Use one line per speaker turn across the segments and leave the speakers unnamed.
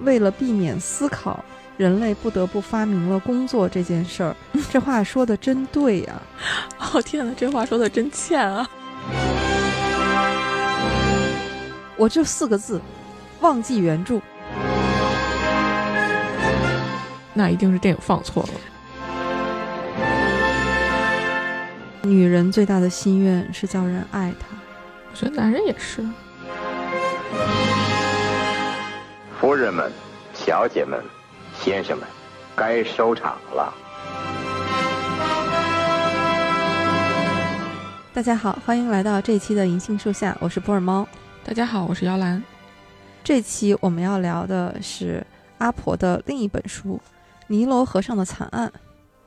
为了避免思考，人类不得不发明了工作这件事儿。这话说的真对啊呀、
哦天哪，这话说的真欠啊！
我就四个字：忘记原著。
那一定是电影放错了。
女人最大的心愿是叫人爱她。
我觉得男人也是，
夫人们、小姐们、先生们，该收场了。
大家好，欢迎来到这一期的银杏树下，我是波尔猫。
大家好，我是姚兰。
这期我们要聊的是阿婆的另一本书《尼罗河上的惨案》。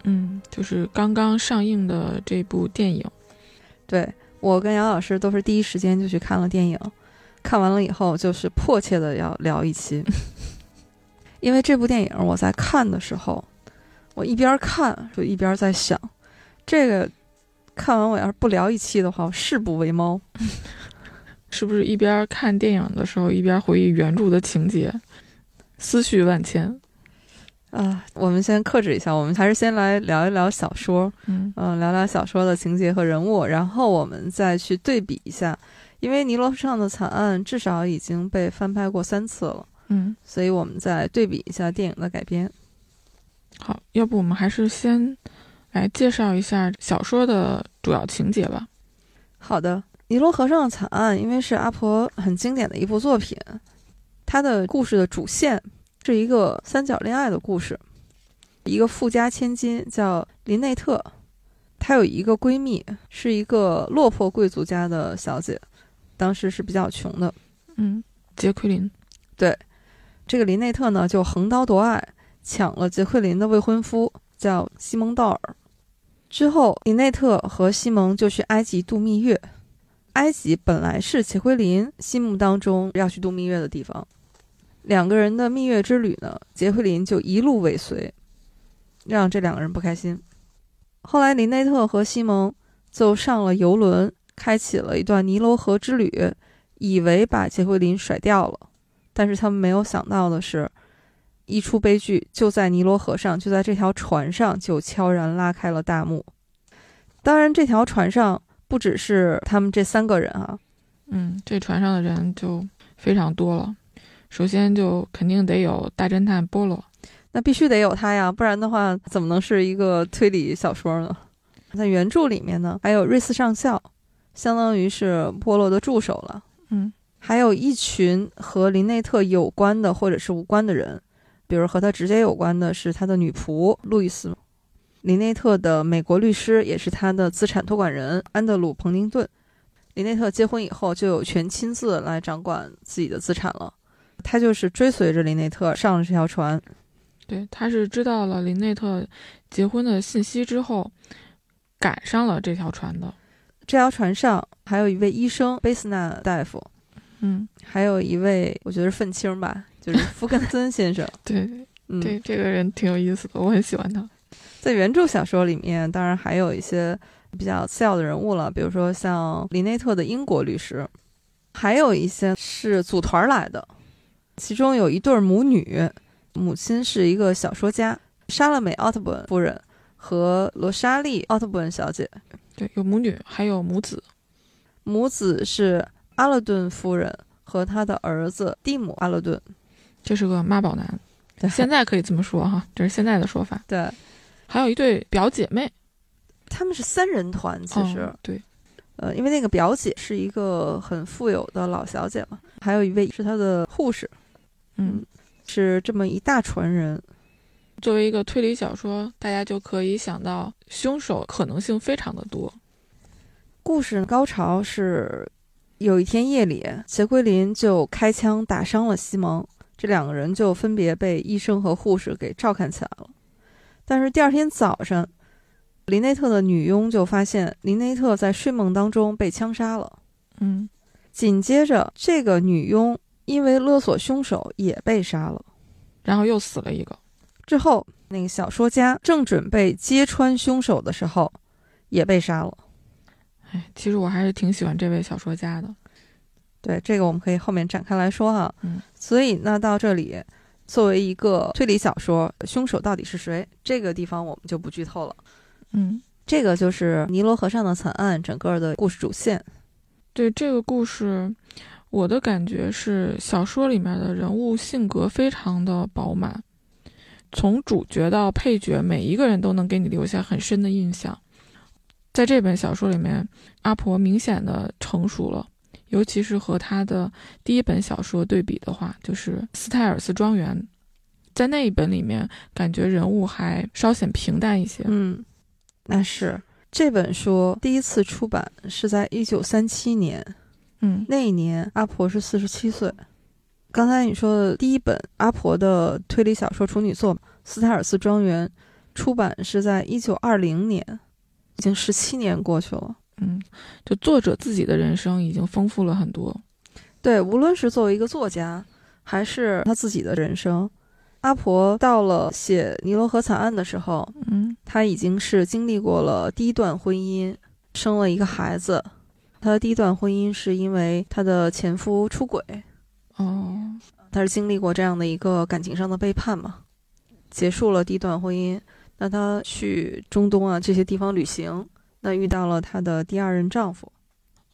嗯，就是刚刚上映的这部电影，
对我跟杨老师都是第一时间就去看了电影，看完了以后就是迫切的要聊一期，因为这部电影我在看的时候，我一边看就一边在想，这个看完我要是不聊一期的话，我誓不为猫。
是不是一边看电影的时候一边回忆原著的情节，思绪万千？
啊，我们先克制一下，我们还是先来聊一聊小说，
嗯，
嗯、聊聊小说的情节和人物，然后我们再去对比一下，因为《尼罗河上的惨案》至少已经被翻拍过三次了，
嗯，
所以我们再对比一下电影的改编。
好，要不我们还是先来介绍一下小说的主要情节吧。
好的，《尼罗河上的惨案》因为是阿婆很经典的一部作品，它的故事的主线是一个三角恋爱的故事。一个富家千金叫林内特，她有一个闺蜜是一个落魄贵族家的小姐，当时是比较穷的。
嗯，杰奎琳，
这个林内特呢就横刀夺爱，抢了杰奎琳的未婚夫，叫西蒙道尔。之后，林内特和西蒙就去埃及度蜜月。埃及本来是杰奎琳心目当中要去度蜜月的地方，两个人的蜜月之旅呢，杰奎琳就一路尾随，让这两个人不开心。后来，林内特和西蒙就上了游轮，开启了一段尼罗河之旅，以为把杰奎琳甩掉了。但是他们没有想到的是，一出悲剧就在尼罗河上，就在这条船上就悄然拉开了大幕。当然，这条船上不只是他们这三个人啊，
嗯，这船上的人就非常多了。首先就肯定得有大侦探波罗，
那必须得有他呀，不然的话怎么能是一个推理小说呢？在原著里面呢，还有瑞斯上校，相当于是波洛的助手了。
嗯，
还有一群和林内特有关的或者是无关的人，比如和他直接有关的是他的女仆路易斯，林内特的美国律师也是他的资产托管人安德鲁·彭丁顿。林内特结婚以后就有权亲自来掌管自己的资产了，他就是追随着林内特上了这条船，
对，他是知道了林内特结婚的信息之后，赶上了这条船的。
这条船上还有一位医生贝斯纳大夫，
嗯，
还有一位我觉得是愤青吧，就是福根森先生。
对，
嗯，
这这个人挺有意思的，我很喜欢他。
在原著小说里面，当然还有一些比较次要的人物了，比如说像林内特的英国律师，还有一些是组团来的，其中有一对儿母女，母亲是一个小说家莎乐美奥特本夫人和罗莎莉奥特本小姐，
对，有母女，还有母子。
母子是阿勒顿夫人和她的儿子蒂姆阿勒顿。
这是个妈宝 男，
对
现在可以这么说哈，这是现在的说法。
对，
还有一对表姐妹，
他们是三人团，其实、
哦对，
呃，因为那个表姐是一个很富有的老小姐嘛，还有一位是她的护士，
嗯，
是这么一大船人。
作为一个推理小说，大家就可以想到凶手可能性非常的多。
故事高潮是有一天夜里，杰奎琳就开枪打伤了西蒙，这两个人就分别被医生和护士给照看起来了。但是第二天早上，林内特的女佣就发现林内特在睡梦当中被枪杀了。
嗯，
紧接着，这个女佣因为勒索凶手也被杀了。
然后又死了一个。
之后，那个小说家正准备揭穿凶手的时候，也被杀了。
哎，其实我还是挺喜欢这位小说家的。
对，这个我们可以后面展开来说哈。
嗯，
所以那到这里，作为一个推理小说，凶手到底是谁？这个地方我们就不剧透了。
嗯，
这个就是尼罗河上的惨案整个的故事主线。
对这个故事，我的感觉是小说里面的人物性格非常的饱满，从主角到配角，每一个人都能给你留下很深的印象。在这本小说里面，阿婆明显的成熟了，尤其是和她的第一本小说对比的话，就是《斯泰尔斯庄园》。在那一本里面，感觉人物还稍显平淡一些。
嗯，那是这本书第一次出版是在一九三七年，
嗯
那一年阿婆是四十七岁。刚才你说的第一本阿婆的推理小说处女作《斯泰尔斯庄园》，出版是在一九二零年，已经十七年过去了。
嗯，就作者自己的人生已经丰富了很多。
对，无论是作为一个作家，还是他自己的人生，阿婆到了写《尼罗河惨案》的时候，
嗯，
她已经是经历过了第一段婚姻，生了一个孩子。她的第一段婚姻是因为她的前夫出轨，
哦，
她是经历过这样的一个感情上的背叛嘛，结束了第一段婚姻。那她去中东啊这些地方旅行，那遇到了她的第二任丈夫。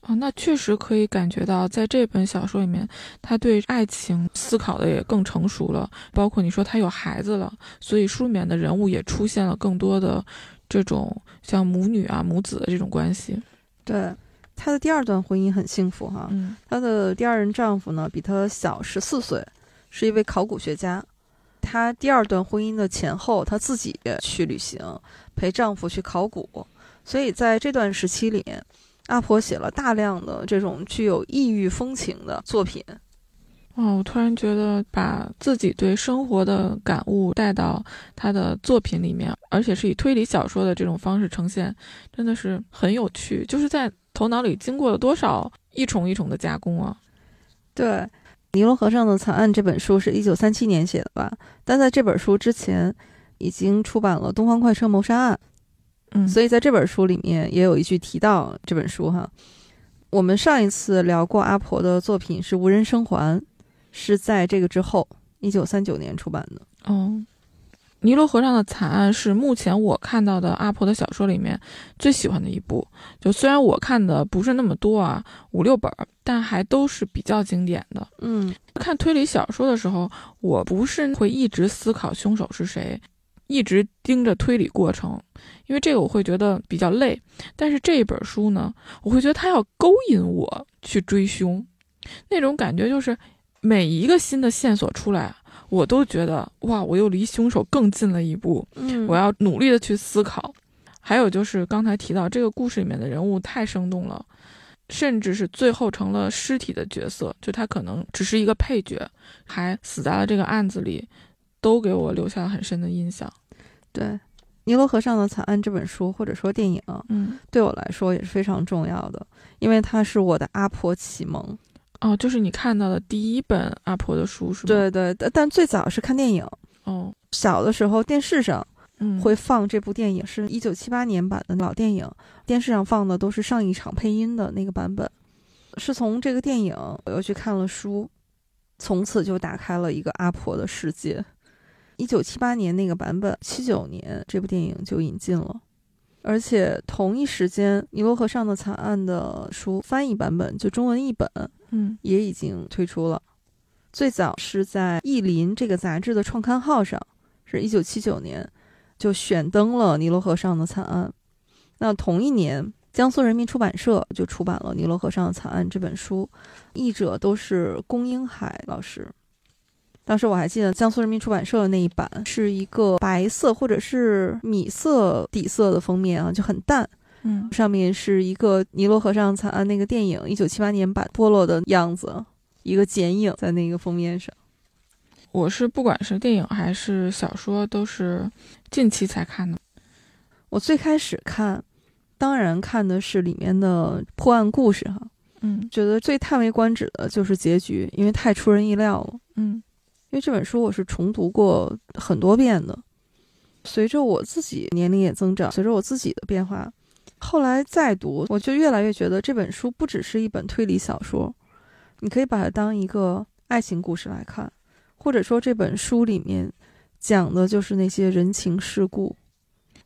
哦，那确实可以感觉到，在这本小说里面，他对爱情思考的也更成熟了。包括你说他有孩子了，所以书里面的人物也出现了更多的这种像母女啊、母子的这种关系。
对，她的第二段婚姻很幸福哈、
嗯
她的第二任丈夫呢，比她小十四岁，是一位考古学家。她第二段婚姻的前后，她自己去旅行，陪丈夫去考古。所以在这段时期里，阿婆写了大量的这种具有异域风情的作品。
哦，我突然觉得把自己对生活的感悟带到他的作品里面，而且是以推理小说的这种方式呈现，真的是很有趣。就是在头脑里经过了多少一重一重的加工啊！
对，《尼罗河上的惨案》这本书是一九三七年写的吧？但在这本书之前，已经出版了《东方快车谋杀案》。
嗯
所以在这本书里面也有一句提到这本书哈。我们上一次聊过阿婆的作品是《无人生还》，是在这个之后，一九三九年出版的。
哦，尼罗河上的惨案是目前我看到的阿婆的小说里面最喜欢的一部。就虽然我看的不是那么多啊，五六本儿，但还都是比较经典的。
嗯，
看推理小说的时候，我不是会一直思考凶手是谁，一直盯着推理过程，因为这个我会觉得比较累。但是这一本书呢，我会觉得它要勾引我去追凶，那种感觉就是每一个新的线索出来，我都觉得哇，我又离凶手更近了一步，
嗯
我要努力的去思考。还有就是刚才提到这个故事里面的人物太生动了，甚至是最后成了尸体的角色，就他可能只是一个配角，还死在了这个案子里，都给我留下了很深的印象。
对《尼罗河上的惨案》这本书或者说电影，
嗯，
对我来说也是非常重要的，因为它是我的阿婆启蒙。
哦，就是你看到的第一本阿婆的书是吗？，
对对，但但最早是看电影，
哦，
小的时候电视上
嗯，
会放这部电影，是一九七八年版的老电影，电视上放的都是上一场配音的那个版本。是从这个电影，我又去看了书，从此就打开了一个阿婆的世界。一九七八年那个版本，七九年这部电影就引进了，而且同一时间，《尼罗河上的惨案》的书翻译版本，就中文译本，
嗯
也已经推出了。最早是在《意林》这个杂志的创刊号上，是一九七九年就选登了《尼罗河上的惨案》。那同一年，江苏人民出版社就出版了《尼罗河上的惨案》这本书，译者都是龚英海老师。当时我还记得江苏人民出版社的那一版是一个白色或者是米色底色的封面啊，就很淡，
嗯，
上面是一个《尼罗河上惨案》呃那个电影一九七八年版剥落的样子，一个剪影在那个封面上。
我是不管是电影还是小说，都是近期才看的。
我最开始看，当然看的是里面的破案故事哈，
嗯
觉得最叹为观止的就是结局，因为太出人意料了。
嗯
因为这本书我是重读过很多遍的。随着我自己年龄也增长，随着我自己的变化，后来再读，我就越来越觉得这本书不只是一本推理小说，你可以把它当一个爱情故事来看，或者说这本书里面讲的就是那些人情世故。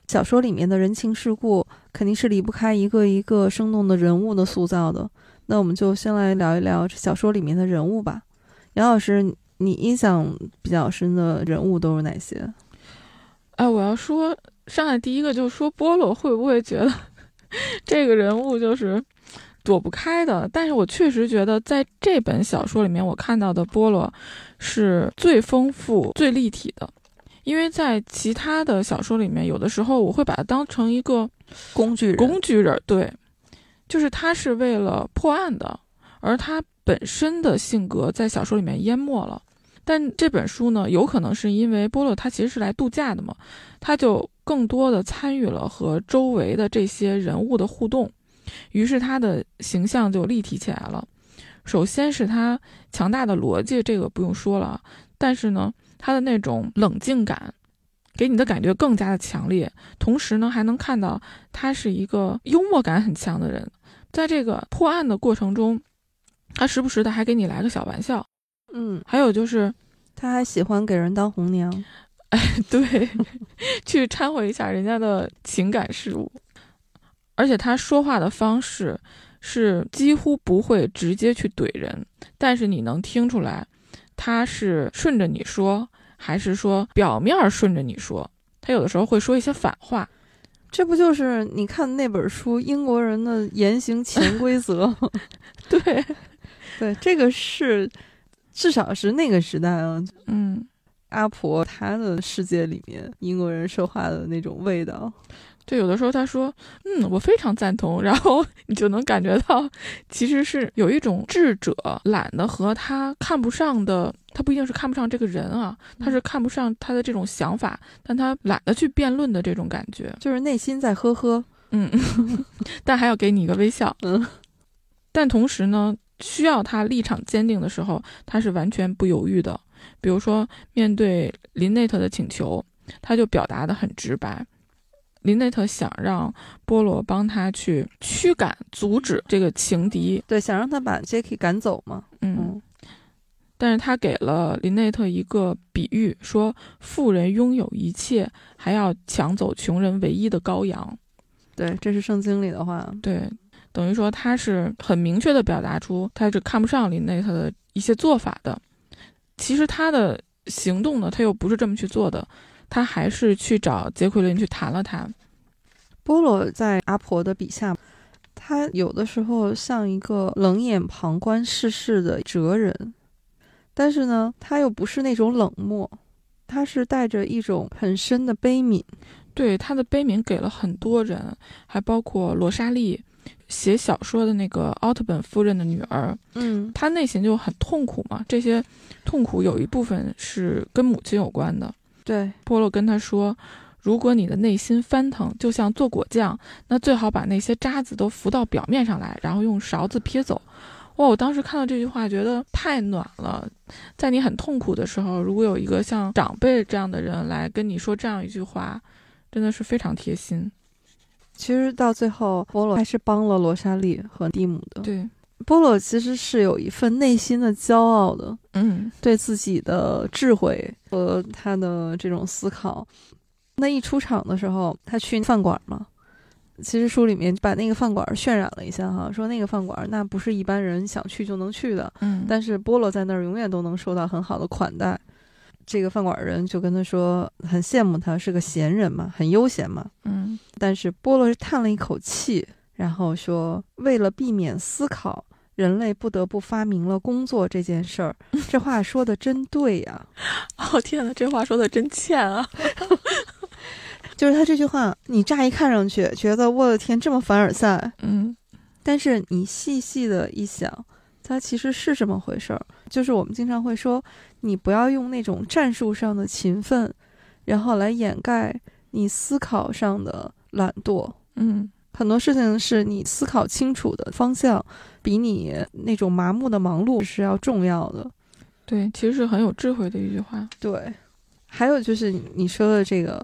小说里面的人情世故肯定是离不开一个一个生动的人物的塑造的。那我们就先来聊一聊这小说里面的人物吧。杨老师，你你印象比较深的人物都有哪些？
哎，我要说上来第一个就说菠萝会不会觉得这个人物就是躲不开的？但是我确实觉得在这本小说里面，我看到的菠萝是最丰富、最立体的。因为在其他的小说里面，有的时候我会把它当成一个
工具人，
工具人，对，就是他是为了破案的，而他本身的性格在小说里面淹没了。但这本书呢，有可能是因为波洛他其实是来度假的嘛，他就更多的参与了和周围的这些人物的互动，于是他的形象就立体起来了。首先是他强大的逻辑，这个不用说了啊，但是呢，他的那种冷静感，给你的感觉更加的强烈。同时呢，还能看到他是一个幽默感很强的人，在这个破案的过程中，他时不时的还给你来个小玩笑。
嗯，
还有就是，
他还喜欢给人当红娘。
对， 去掺和一下人家的情感事物，而且他说话的方式是几乎不会直接去怼人，但是你能听出来，他是顺着你说，还是说表面儿顺着你说？他有的时候会说一些反话，
这不就是你看那本书《英国人的言行潜规则》吗？
对，
对，这个是至少是那个时代啊，
嗯。
阿婆她的世界里面，英国人说话的那种味道。
对，有的时候他说，嗯，我非常赞同， 然后你就能感觉到，其实是有一种智者懒得和他看不上的，他不一定是看不上这个人啊，他是看不上他的这种想法，但他懒得去辩论的这种感觉，
就是内心在呵呵，
嗯， 但还要给你一个微笑，
嗯，
但同时呢，需要他立场坚定的时候，他是完全不犹豫的。比如说，面对林内特的请求，他就表达的很直白。林内特想让波罗帮他去驱赶、阻止这个情敌，
对，想让他把 Jacky 赶走嘛。
嗯，但是他给了林内特一个比喻，说富人拥有一切，还要抢走穷人唯一的羔羊。
对，这是圣经里的话。
对，等于说他是很明确的表达出他是看不上林内特的一些做法的。其实他的行动呢，他又不是这么去做的，他还是去找杰奎琳去谈了谈。
波罗在阿婆的笔下，他有的时候像一个冷眼旁观世事的哲人，但是呢，他又不是那种冷漠，他是带着一种很深的悲悯。
对他的悲悯给了很多人，还包括罗莎莉写小说的那个奥特本夫人的女儿，
嗯，
她内心就很痛苦嘛。这些痛苦有一部分是跟母亲有关的。
对，
波洛跟他说：“如果你的内心翻腾，就像做果酱，那最好把那些渣子都浮到表面上来，然后用勺子撇走。”哇！我当时看到这句话，觉得太暖了。在你很痛苦的时候，如果有一个像长辈这样的人来跟你说这样一句话，真的是非常贴心。
其实到最后，波罗还是帮了罗莎莉和蒂姆的。
对，
波罗其实是有一份内心的骄傲的，
嗯，
对自己的智慧和他的这种思考。那一出场的时候，他去饭馆嘛，其实书里面把那个饭馆渲染了一下哈，说那个饭馆那不是一般人想去就能去的，
嗯
但是波罗在那儿永远都能受到很好的款待。这个饭馆人就跟他说，很羡慕他是个闲人嘛，很悠闲嘛。
嗯，
但是波罗叹了一口气，然后说：“为了避免思考，人类不得不发明了工作这件事儿。”这话说的真对啊呀、
哦天哪，这话说的真欠啊！
就是他这句话，你乍一看上去觉得我的天这么凡尔赛，
嗯
但是你细细的一想，它其实是这么回事儿。就是我们经常会说，你不要用那种战术上的勤奋，然后来掩盖你思考上的懒惰。
嗯，
很多事情是你思考清楚的方向，比你那种麻木的忙碌是要重要的。
对，其实是很有智慧的一句话。
对，还有就是你你说的这个，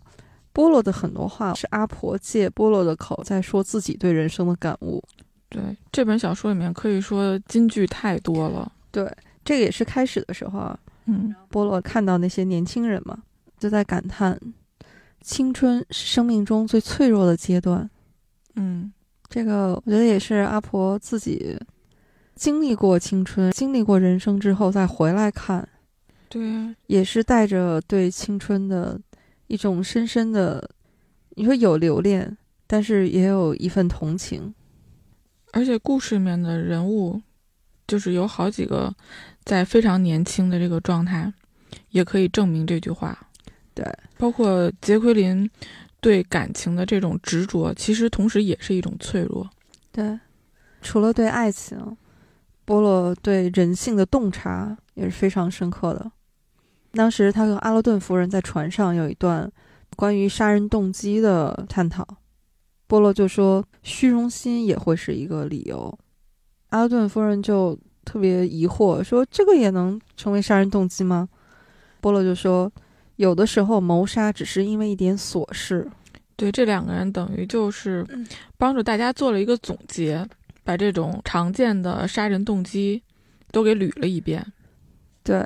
波洛的很多话是阿婆借波洛的口在说自己对人生的感悟。
对，这本小说里面可以说金句太多了。
对，这个也是开始的时候啊，
嗯
波洛看到那些年轻人嘛，就在感叹，青春是生命中最脆弱的阶段。
嗯
这个我觉得也是阿婆自己经历过青春、经历过人生之后再回来看，
对啊，
也是带着对青春的一种深深的，你说有留恋，但是也有一份同情。
而且故事里面的人物，就是有好几个在非常年轻的这个状态，也可以证明这句话。
对，
包括杰奎琳对感情的这种执着，其实同时也是一种脆弱。
对，除了对爱情，波洛对人性的洞察也是非常深刻的。当时他和阿勒顿夫人在船上有一段关于杀人动机的探讨，波洛就说虚荣心也会是一个理由，阿勒顿夫人就特别疑惑说这个也能成为杀人动机吗？波洛就说有的时候谋杀只是因为一点琐事，
对，这两个人等于就是
嗯
帮助大家做了一个总结，把这种常见的杀人动机都给捋了一遍。嗯
对，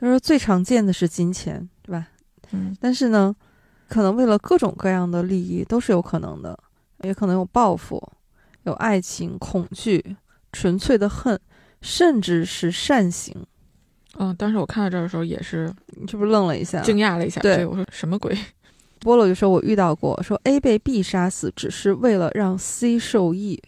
他说最常见的是金钱，对吧？
嗯，
但是呢，可能为了各种各样的利益都是有可能的，也可能有报复，有爱情、恐惧、纯粹的恨，甚至是善行。
嗯，当时我看到这儿的时候也是
你是不是愣了一下？
惊讶了一
啊
下，
对
对我说什么鬼？
波洛就说：“我遇到过，说 A 被 B 杀死，只是为了让 C 受益。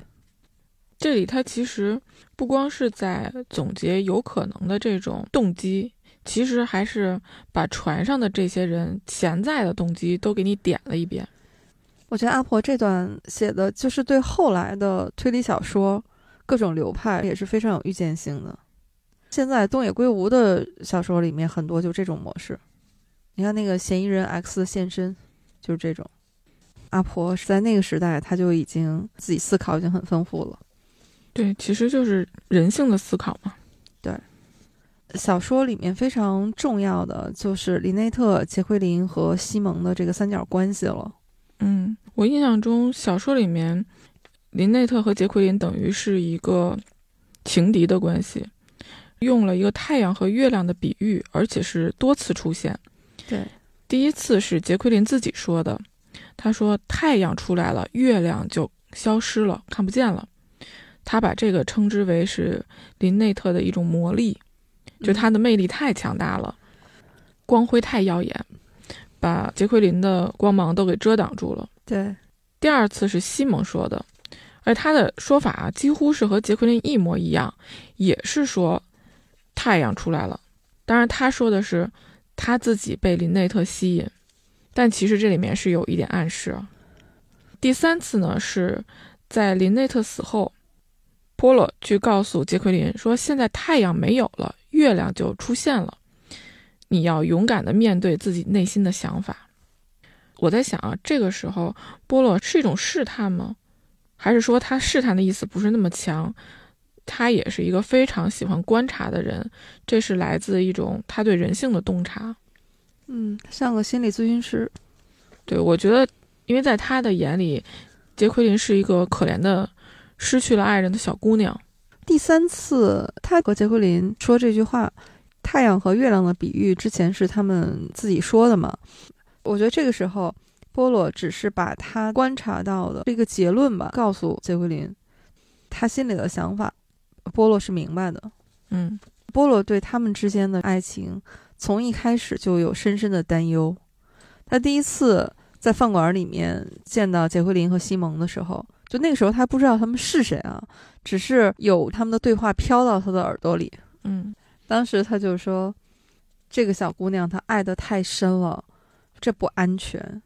这里它其实不光是在总结有可能的这种动机，其实还是把船上的这些人潜在的动机都给你点了一遍。”
我觉得阿婆这段写的就是对后来的推理小说各种流派也是非常有预见性的。现在东野圭吾的小说里面很多就这种模式，你看那个嫌疑人 X 的现身就是这种。阿婆是在那个时代，她就已经自己思考已经很丰富了。
对，其实就是人性的思考嘛。
小说里面非常重要的就是林内特、杰奎琳和西蒙的这个三角关系了。
嗯，我印象中小说里面，林内特和杰奎琳等于是一个情敌的关系，用了一个太阳和月亮的比喻，而且是多次出现。
对，
第一次是杰奎琳自己说的，他说太阳出来了，月亮就消失了，看不见了。他把这个称之为是林内特的一种魔力，就他的魅力太强大了，光辉太耀眼，把杰奎琳的光芒都给遮挡住了。
对
第二次是西蒙说的，而他的说法啊几乎是和杰奎琳一模一样，也是说太阳出来了。当然，他说的是他自己被林内特吸引，但其实这里面是有一点暗示啊。第三次呢，是在林内特死后，波洛去告诉杰奎琳说：“现在太阳没有了，月亮就出现了，你要勇敢的面对自己内心的想法。”我在想啊，这个时候波洛是一种试探吗？还是说他试探的意思不是那么强？他也是一个非常喜欢观察的人，这是来自一种他对人性的洞察。
嗯，像个心理咨询师，
对我觉得，因为在他的眼里，杰奎琳是一个可怜的、失去了爱人的小姑娘。
第三次，他和杰奎琳说这句话“太阳和月亮的比喻”之前是他们自己说的嘛？我觉得这个时候，波洛只是把他观察到的这个结论吧，告诉杰奎琳，他心里的想法，波洛是明白的。
嗯，
波洛对他们之间的爱情从一开始就有深深的担忧。他第一次在饭馆里面见到杰奎琳和西蒙的时候，就那个时候他还不知道他们是谁啊，只是有他们的对话飘到他的耳朵里。
嗯，
当时他就说：“这个小姑娘她爱得太深了，这不安全。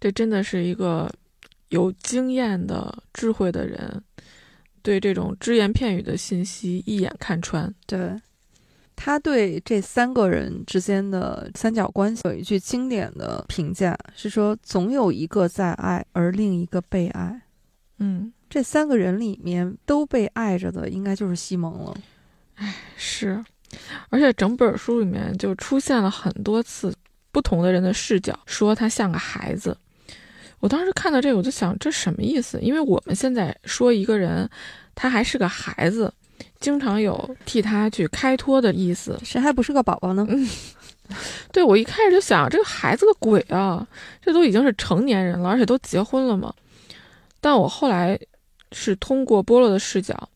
这真的是一个有经验的、智慧的人，对这种只言片语的信息一眼看穿。
对”他对这三个人之间的三角关系有一句经典的评价是说：“总有一个在爱，而另一个被爱。”
嗯，
这三个人里面都被爱着的，应该就是西蒙了。
是，而且整本书里面就出现了很多次不同的人的视角，说他像个孩子。我当时看到这个，我就想这什么意思？因为我们现在说一个人他还是个孩子，经常有替他去开脱的意思。
谁还不是个宝宝呢？
对我一开始就想，这个孩子个鬼啊，这都已经是成年人了，而且都结婚了嘛。但我后来是通过波洛的视角，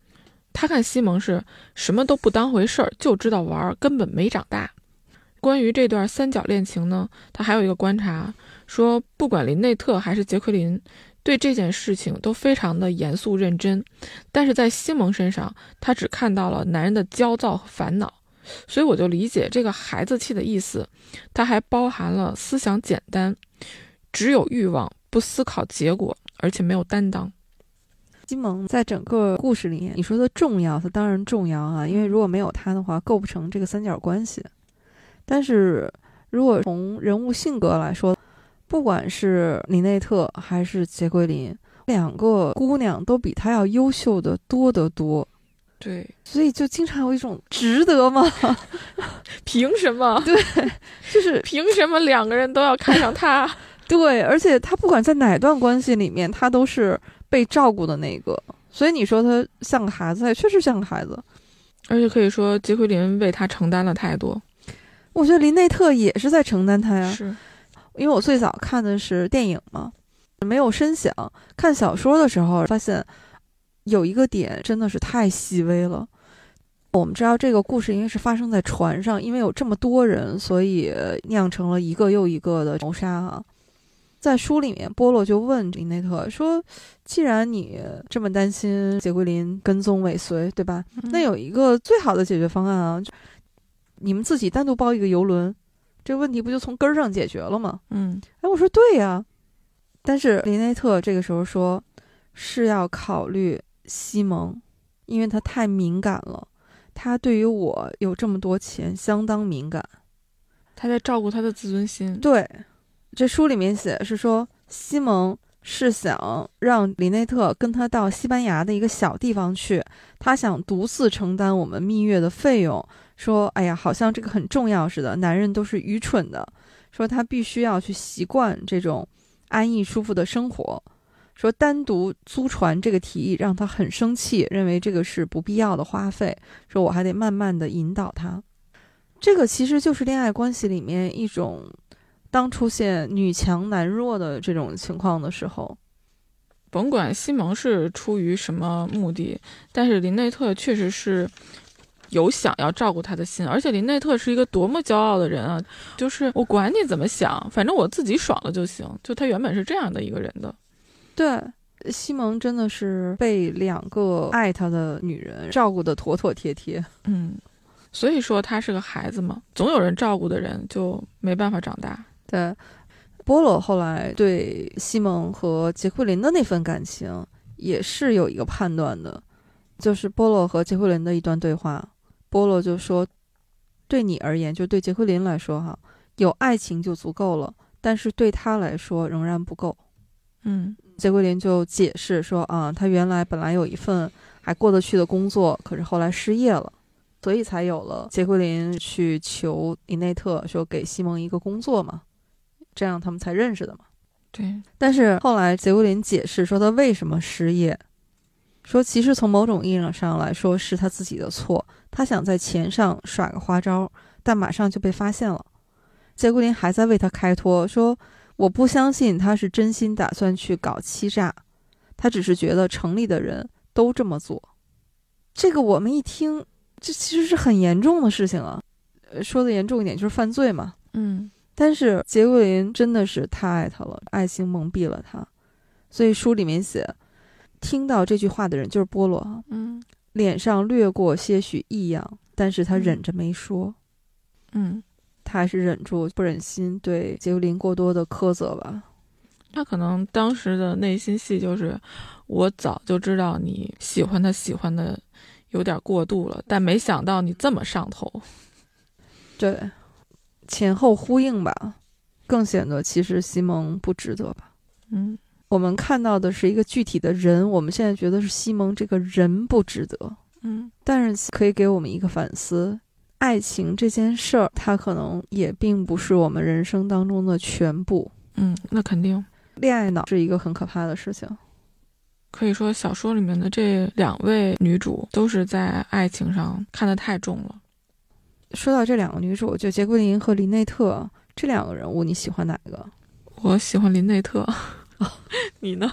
他看西蒙是什么都不当回事儿，就知道玩儿，根本没长大。关于这段三角恋情呢，他还有一个观察，说不管林内特还是杰奎琳，对这件事情都非常的严肃认真，但是在西蒙身上，他只看到了男人的焦躁和烦恼。所以我就理解这个孩子气的意思，它还包含了思想简单，只有欲望，不思考结果，而且没有担当。
西蒙在整个故事里面，你说的重要，它当然重要啊，因为如果没有他的话，构不成这个三角关系。但是如果从人物性格来说，不管是林内特还是杰奎琳，两个姑娘都比他要优秀的多得多，
对，
所以就经常有一种值得吗？
凭什么？
就是
凭什么两个人都要看上他？
对，而且他不管在哪段关系里面，他都是被照顾的那个。所以你说他像个孩子，他也确实像个孩子。
而且可以说，杰奎琳为他承担了太多。
我觉得林内特也是在承担他呀，
是，
因为我最早看的是电影嘛，没有深想。看小说的时候发现，有一个点真的是太细微了。我们知道这个故事应该是发生在船上，因为有这么多人，所以呃酿成了一个又一个的谋杀啊。在书里面，波洛就问林内特说：“既然你这么担心杰奎琳跟踪尾随，对吧？
嗯
那有一个最好的解决方案啊，就你们自己单独包一个游轮，这个问题不就从根儿上解决了吗？
嗯，
哎，我说对呀、但是林内特这个时候说是要考虑西蒙，因为他太敏感了，他对于我有这么多钱相当敏感。
他在照顾他的自尊心。
对，这书里面写是说西蒙是想让林内特跟他到西班牙的一个小地方去，他想独自承担我们蜜月的费用。说，哎呀，好像这个很重要似的，男人都是愚蠢的。说他必须要去习惯这种安逸舒服的生活。说单独租船这个提议让他很生气，认为这个是不必要的花费。说我还得慢慢的引导他。这个其实就是恋爱关系里面一种当出现女强男弱的这种情况的时候，
甭管西蒙是出于什么目的，但是林内特确实是有想要照顾他的心，而且林内特是一个多么骄傲的人啊！就是我管你怎么想，反正我自己爽了就行。就他原本是这样的一个人的，
对西蒙真的是被两个爱他的女人照顾的妥妥帖帖。
嗯，所以说他是个孩子嘛，总有人照顾的人就没办法长大。
对，波罗后来对西蒙和杰奎琳的那份感情也是有一个判断的，就是波罗和杰奎琳的一段对话。波罗就说：“对你而言，就对杰奎琳来说，哈，有爱情就足够了，但是对他来说仍然不够。”
嗯，
杰奎琳就解释说啊，她原来本来有一份还过得去的工作，可是后来失业了，所以才有了杰奎琳去求林内特说给西蒙一个工作嘛，这样他们才认识的嘛。
对，
但是后来杰奎琳解释说她为什么失业，说其实从某种意义上来说是她自己的错，她想在钱上耍个花招，但马上就被发现了。杰奎琳还在为他开脱，说我不相信他是真心打算去搞欺诈，他只是觉得城里的人都这么做。这个我们一听，这其实是很严重的事情啊，呃说的严重一点就是犯罪嘛。
嗯，
但是杰奎琳真的是太爱他了，爱情蒙蔽了他，所以书里面写，听到这句话的人就是波罗啊，
嗯，
脸上掠过些许异样，但是他忍着没说，
嗯，
他还是忍住，不忍心对杰奎琳过多的苛责吧。
他可能当时的内心戏就是，我早就知道你喜欢他，喜欢的有点过度了，但没想到你这么上头。
对，前后呼应吧，更显得其实西蒙不值得吧。
嗯，
我们看到的是一个具体的人，我们现在觉得是西蒙这个人不值得，
嗯，
但是可以给我们一个反思：爱情这件事儿，它可能也并不是我们人生当中的全部。
嗯，那肯定。
恋爱脑是一个很可怕的事情。
可以说，小说里面的这两位女主都是在爱情上看得太重了。
说到这两个女主，就杰奎琳和林内特这两个人物，你喜欢哪个？
我喜欢林内特， 你呢？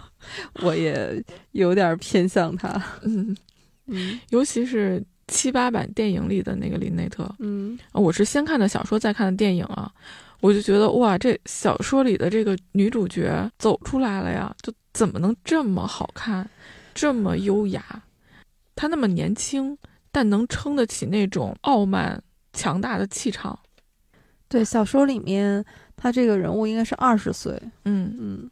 我也有点偏向她。
嗯，
嗯
尤其是七八版电影里的那个林内特，
嗯，
我是先看的小说，再看的电影啊。我就觉得哇，这小说里的这个女主角走出来了呀，就怎么能这么好看，这么优雅？她那么年轻，但能撑得起那种傲慢、强大的气场。
对，小说里面她这个人物应该是二十岁。
嗯，
嗯，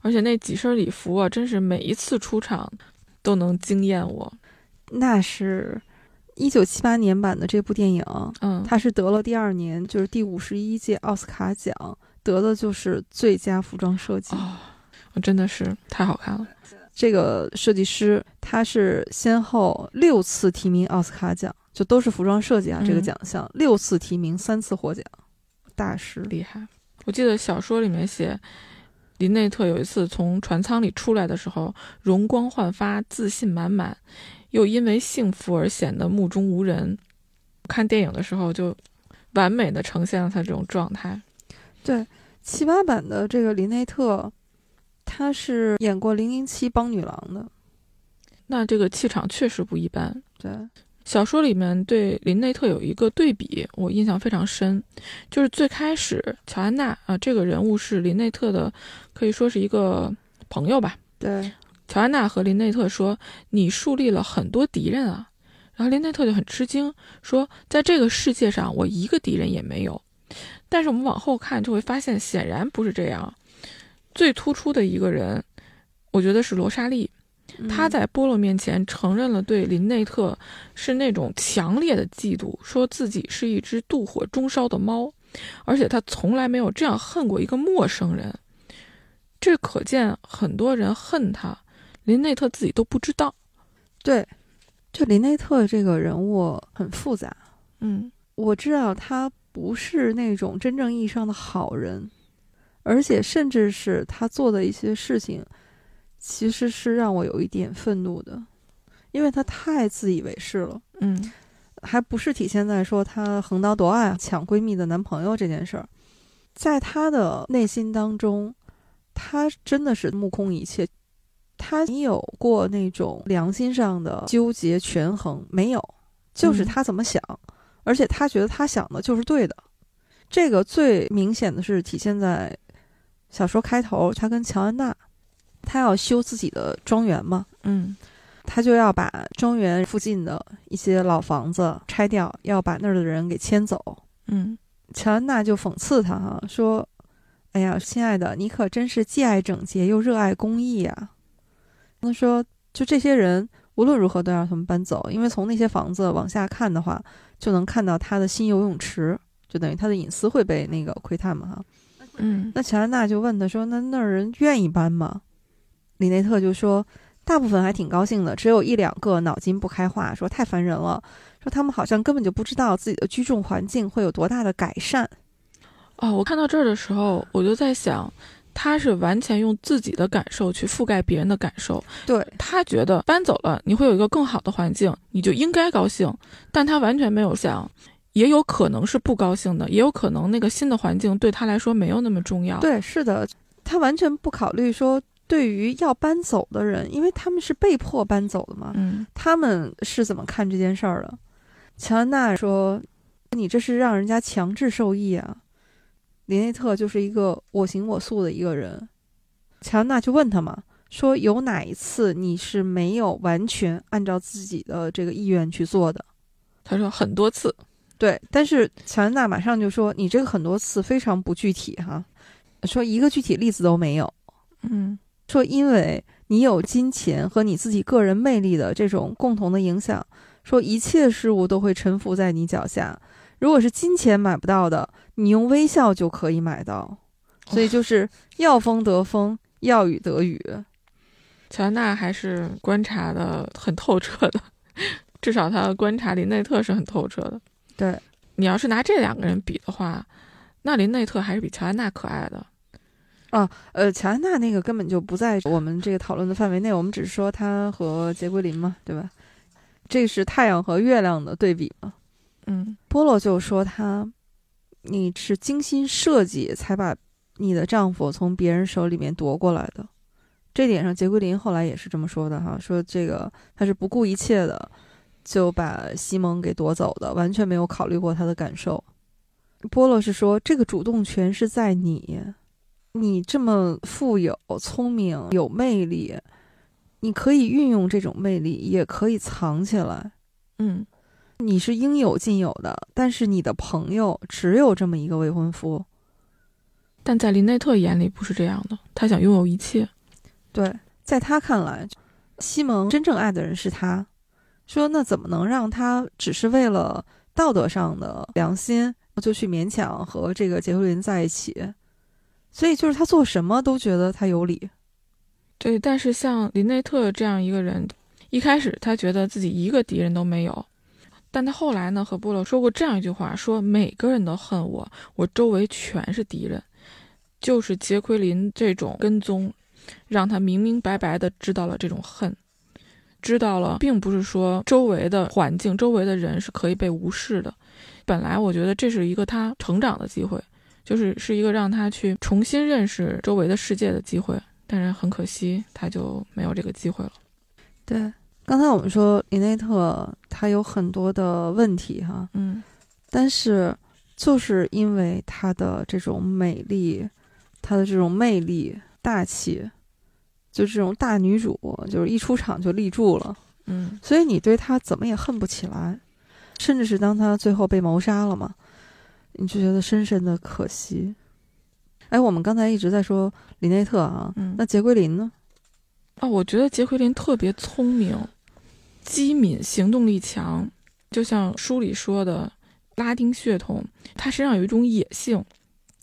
而且那几身礼服啊，真是每一次出场都能惊艳我。
那是一九七八年版的这部电影，
嗯，
它是得了第二年，就是第五十一届奥斯卡奖，得的就是最佳服装设计。
哦，我真的是太好看了。
这个设计师他是先后六次提名奥斯卡奖，就都是服装设计啊、
嗯
这个奖项，六次提名，三次获奖，大师。
厉害。我记得小说里面写，林内特有一次从船舱里出来的时候，容光焕发，自信满满，又因为幸福而显得目中无人。看电影的时候就完美的呈现了他这种状态。
七八版的这个林内特，他是演过《零零七帮女郎》的，
那这个气场确实不一般。
对，
小说里面对林内特有一个对比，我印象非常深，就是最开始乔安娜啊这个人物是林内特的，可以说是一个朋友吧，
对，
乔安娜和林内特说：“你树立了很多敌人啊。”然后林内特就很吃惊，说：“在这个世界上，我一个敌人也没有。”但是我们往后看，就会发现显然不是这样。最突出的一个人，我觉得是罗莎莉。她
嗯
在波洛面前承认了对林内特是那种强烈的嫉妒，说自己是一只妒火中烧的猫，而且她从来没有这样恨过一个陌生人。这可见很多人恨他，林内特自己都不知道。
对，就林内特这个人物很复杂，
嗯
我知道他不是那种真正意义上的好人，而且甚至是他做的一些事情，其实是让我有一点愤怒的，因为他太自以为是了，
嗯
还不是体现在说他横刀夺爱、啊抢闺蜜的男朋友这件事儿，在他的内心当中，他真的是目空一切。他没有过那种良心上的纠结权衡，没有，就是
嗯
他怎么想，而且他觉得他想的就是对的。这个最明显的是体现在小说开头，他跟乔安娜，他要修自己的庄园嘛，
嗯
他就要把庄园附近的一些老房子拆掉，要把那儿的人给迁走。
嗯
乔安娜就讽刺他哈，说：“哎呀，亲爱的，你可真是既爱整洁又热爱公益呀、他说：“就这些人，无论如何都要让他们搬走，因为从那些房子往下看的话，就能看到他的新游泳池，就等于他的隐私会被那个窥探嘛哈。”
嗯
那乔安娜就问他说：“那那儿人愿意搬吗？”李内特就说：“大部分还挺高兴的，只有一两个脑筋不开化，说太烦人了，说他们好像根本就不知道自己的居住环境会有多大的改善。
哦，我看到这儿的时候，我就在想，他是完全用自己的感受去覆盖别人的感受。
对
他觉得搬走了，你会有一个更好的环境，你就应该高兴，但他完全没有想。也有可能是不高兴的，也有可能那个新的环境对他来说没有那么重要。，
对，是的，他完全不考虑说对于要搬走的人，因为他们是被迫搬走的嘛，
嗯
他们是怎么看这件事儿的？乔安娜说：“你这是让人家强制受益啊！”林内特就是一个我行我素的一个人。乔安娜就问他嘛，说有哪一次你是没有完全按照自己的这个意愿去做的？
他说很多次，
对，但是乔安娜马上就说：“你这个很多次非常不具体哈，说一个具体例子都没有。”
嗯
说因为你有金钱和你自己个人魅力的这种共同的影响，说一切事物都会臣服在你脚下。如果是金钱买不到的，你用微笑就可以买到。所以就是要风得风，要雨得雨。
乔安娜还嗯是观察的很透彻的，至少她观察林内特是很透彻的。
对，
你要是拿这两个人比的话，那林内特还是比乔安娜可爱的。
呃，乔安娜那个根本就不在我们这个讨论的范围内，我们只是说她和杰奎琳嘛，对吧？这是太阳和月亮的对比嘛。
嗯
波洛就说他，你是精心设计才把你的丈夫从别人手里面夺过来的。这点上，杰奎琳后来也是这么说的哈，说这个她是不顾一切的就把西蒙给夺走的，完全没有考虑过他的感受。波洛是说，这个主动权是在你，你这么富有、聪明、有魅力，你可以运用这种魅力，也可以藏起来。
嗯
你是应有尽有的，但是你的朋友只有这么一个未婚夫。
但在林内特眼里不是这样的，他想拥有一切。
对，在他看来，西蒙真正爱的人是他。说那怎么能让他只是为了道德上的良心就去勉强和这个杰奎琳在一起？所以就是他做什么都觉得他有理。
对，但是像林内特这样一个人，一开始他觉得自己一个敌人都没有，但他后来呢和波洛说过这样一句话：说每个人都恨我，我周围全是敌人。就是杰奎琳这种跟踪，让他明明白白的知道了这种恨，知道了并不是说周围的环境、周围的人是可以被无视的。本来我觉得这是一个他成长的机会，就是是一个让他去重新认识周围的世界的机会。但是很可惜，他就没有这个机会了。
对，刚才我们说林内特他有很多的问题哈、
嗯
但是就是因为她的这种美丽，她的这种魅力、大气，就这种大女主，就是一出场就立住了，
嗯
所以你对她怎么也恨不起来，甚至是当她最后被谋杀了嘛，你就觉得深深的可惜。哎，我们刚才一直在说林内特啊，
嗯
那杰奎琳呢？
啊，我觉得杰奎琳特别聪明、机敏、行动力强，就像书里说的拉丁血统，她身上有一种野性。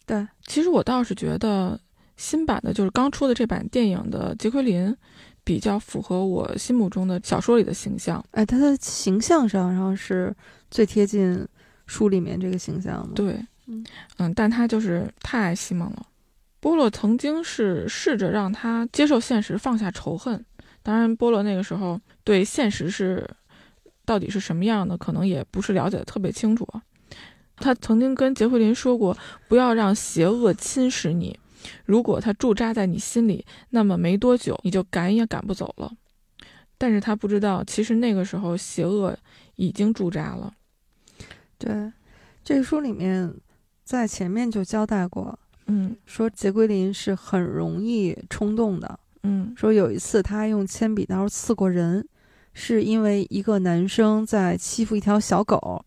对，
其实我倒是觉得新版的，就是刚出的这版电影的杰奎琳，比较符合我心目中的小说里的形象。
哎，她的形象上，然后是最贴近书里面这个形象嘛？
对，
嗯
嗯，但他就是太爱西蒙了。波洛曾经是试着让他接受现实，放下仇恨。当然，波洛那个时候对现实是到底是什么样的，可能也不是了解的特别清楚啊。他曾经跟杰奎琳说过，不要让邪恶侵蚀你。如果他驻扎在你心里，那么没多久你就赶也赶不走了。但是他不知道，其实那个时候邪恶已经驻扎了。
对，这个书里面在前面就交代过，
嗯
说杰奎琳是很容易冲动的。
嗯
说有一次她用铅笔刀刺过人，是因为一个男生在欺负一条小狗。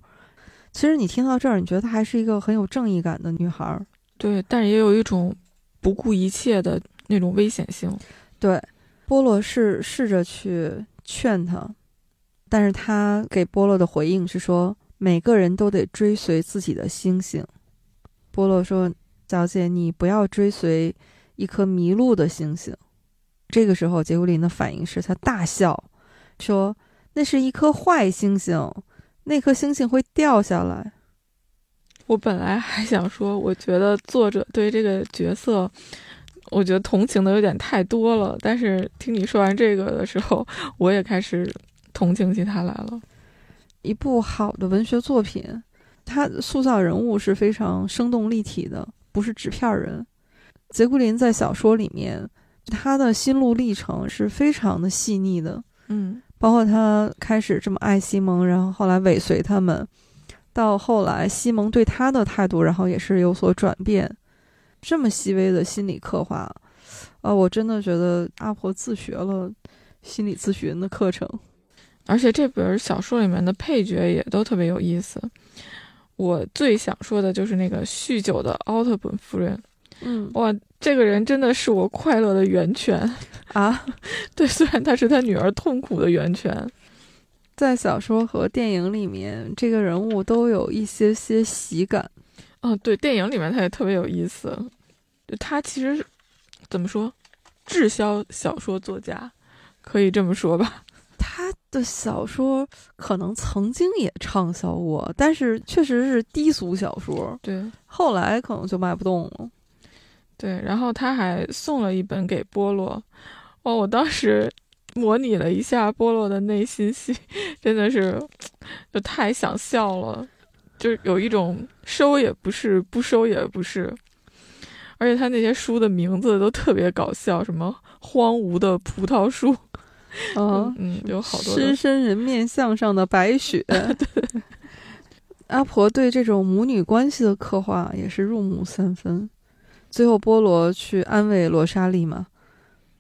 其实你听到这儿，你觉得她还是一个很有正义感的女孩儿。
对，但是也有一种不顾一切的那种危险性。
对，波洛是试着去劝她，但是她给波洛的回应是说，每个人都得追随自己的星星。波洛说：“小姐，你不要追随一颗迷路的星星。”这个时候，杰奎琳的反应是她大笑，说：“那是一颗坏星星，那颗星星会掉下来。
我本来还想说，我觉得作者对这个角色，我觉得同情的有点太多了。但是听你说完这个的时候，我也开始同情起他来了。”
一部好的文学作品，它塑造人物是非常生动立体的，不是纸片儿人。杰奎琳在小说里面，她的心路历程是非常的细腻的，
嗯
包括他开始这么爱西蒙，然后后来尾随他们，到后来西蒙对他的态度，然后也是有所转变，这么细微的心理刻画，啊、我真的觉得阿婆自学了心理咨询的课程。
而且这本小说里面的配角也都特别有意思。我最想说的就是那个酗酒的奥特本夫人，
嗯
哇，这个人真的是我快乐的源泉。
啊，
对，虽然他是他女儿痛苦的源泉，
在小说和电影里面，这个人物都有一些些喜感。
嗯，对，电影里面他也特别有意思，就他其实是怎么说，滞销小说作家，可以这么说吧？
他的小说可能曾经也畅销过，但是确实是低俗小说。
对
后来可能就卖不动了。
对，然后他还送了一本给波洛，哇！我当时模拟了一下波洛的内心戏，真的是就太想笑了，就是有一种收也不是，不收也不是。而且他那些书的名字都特别搞笑，什么“荒芜的葡萄树”，
嗯，
嗯，有好多
狮身人面像上的白 雪。 阿婆对这种母女关系的刻画也是入木三分。最后，波罗去安慰罗莎莉嘛，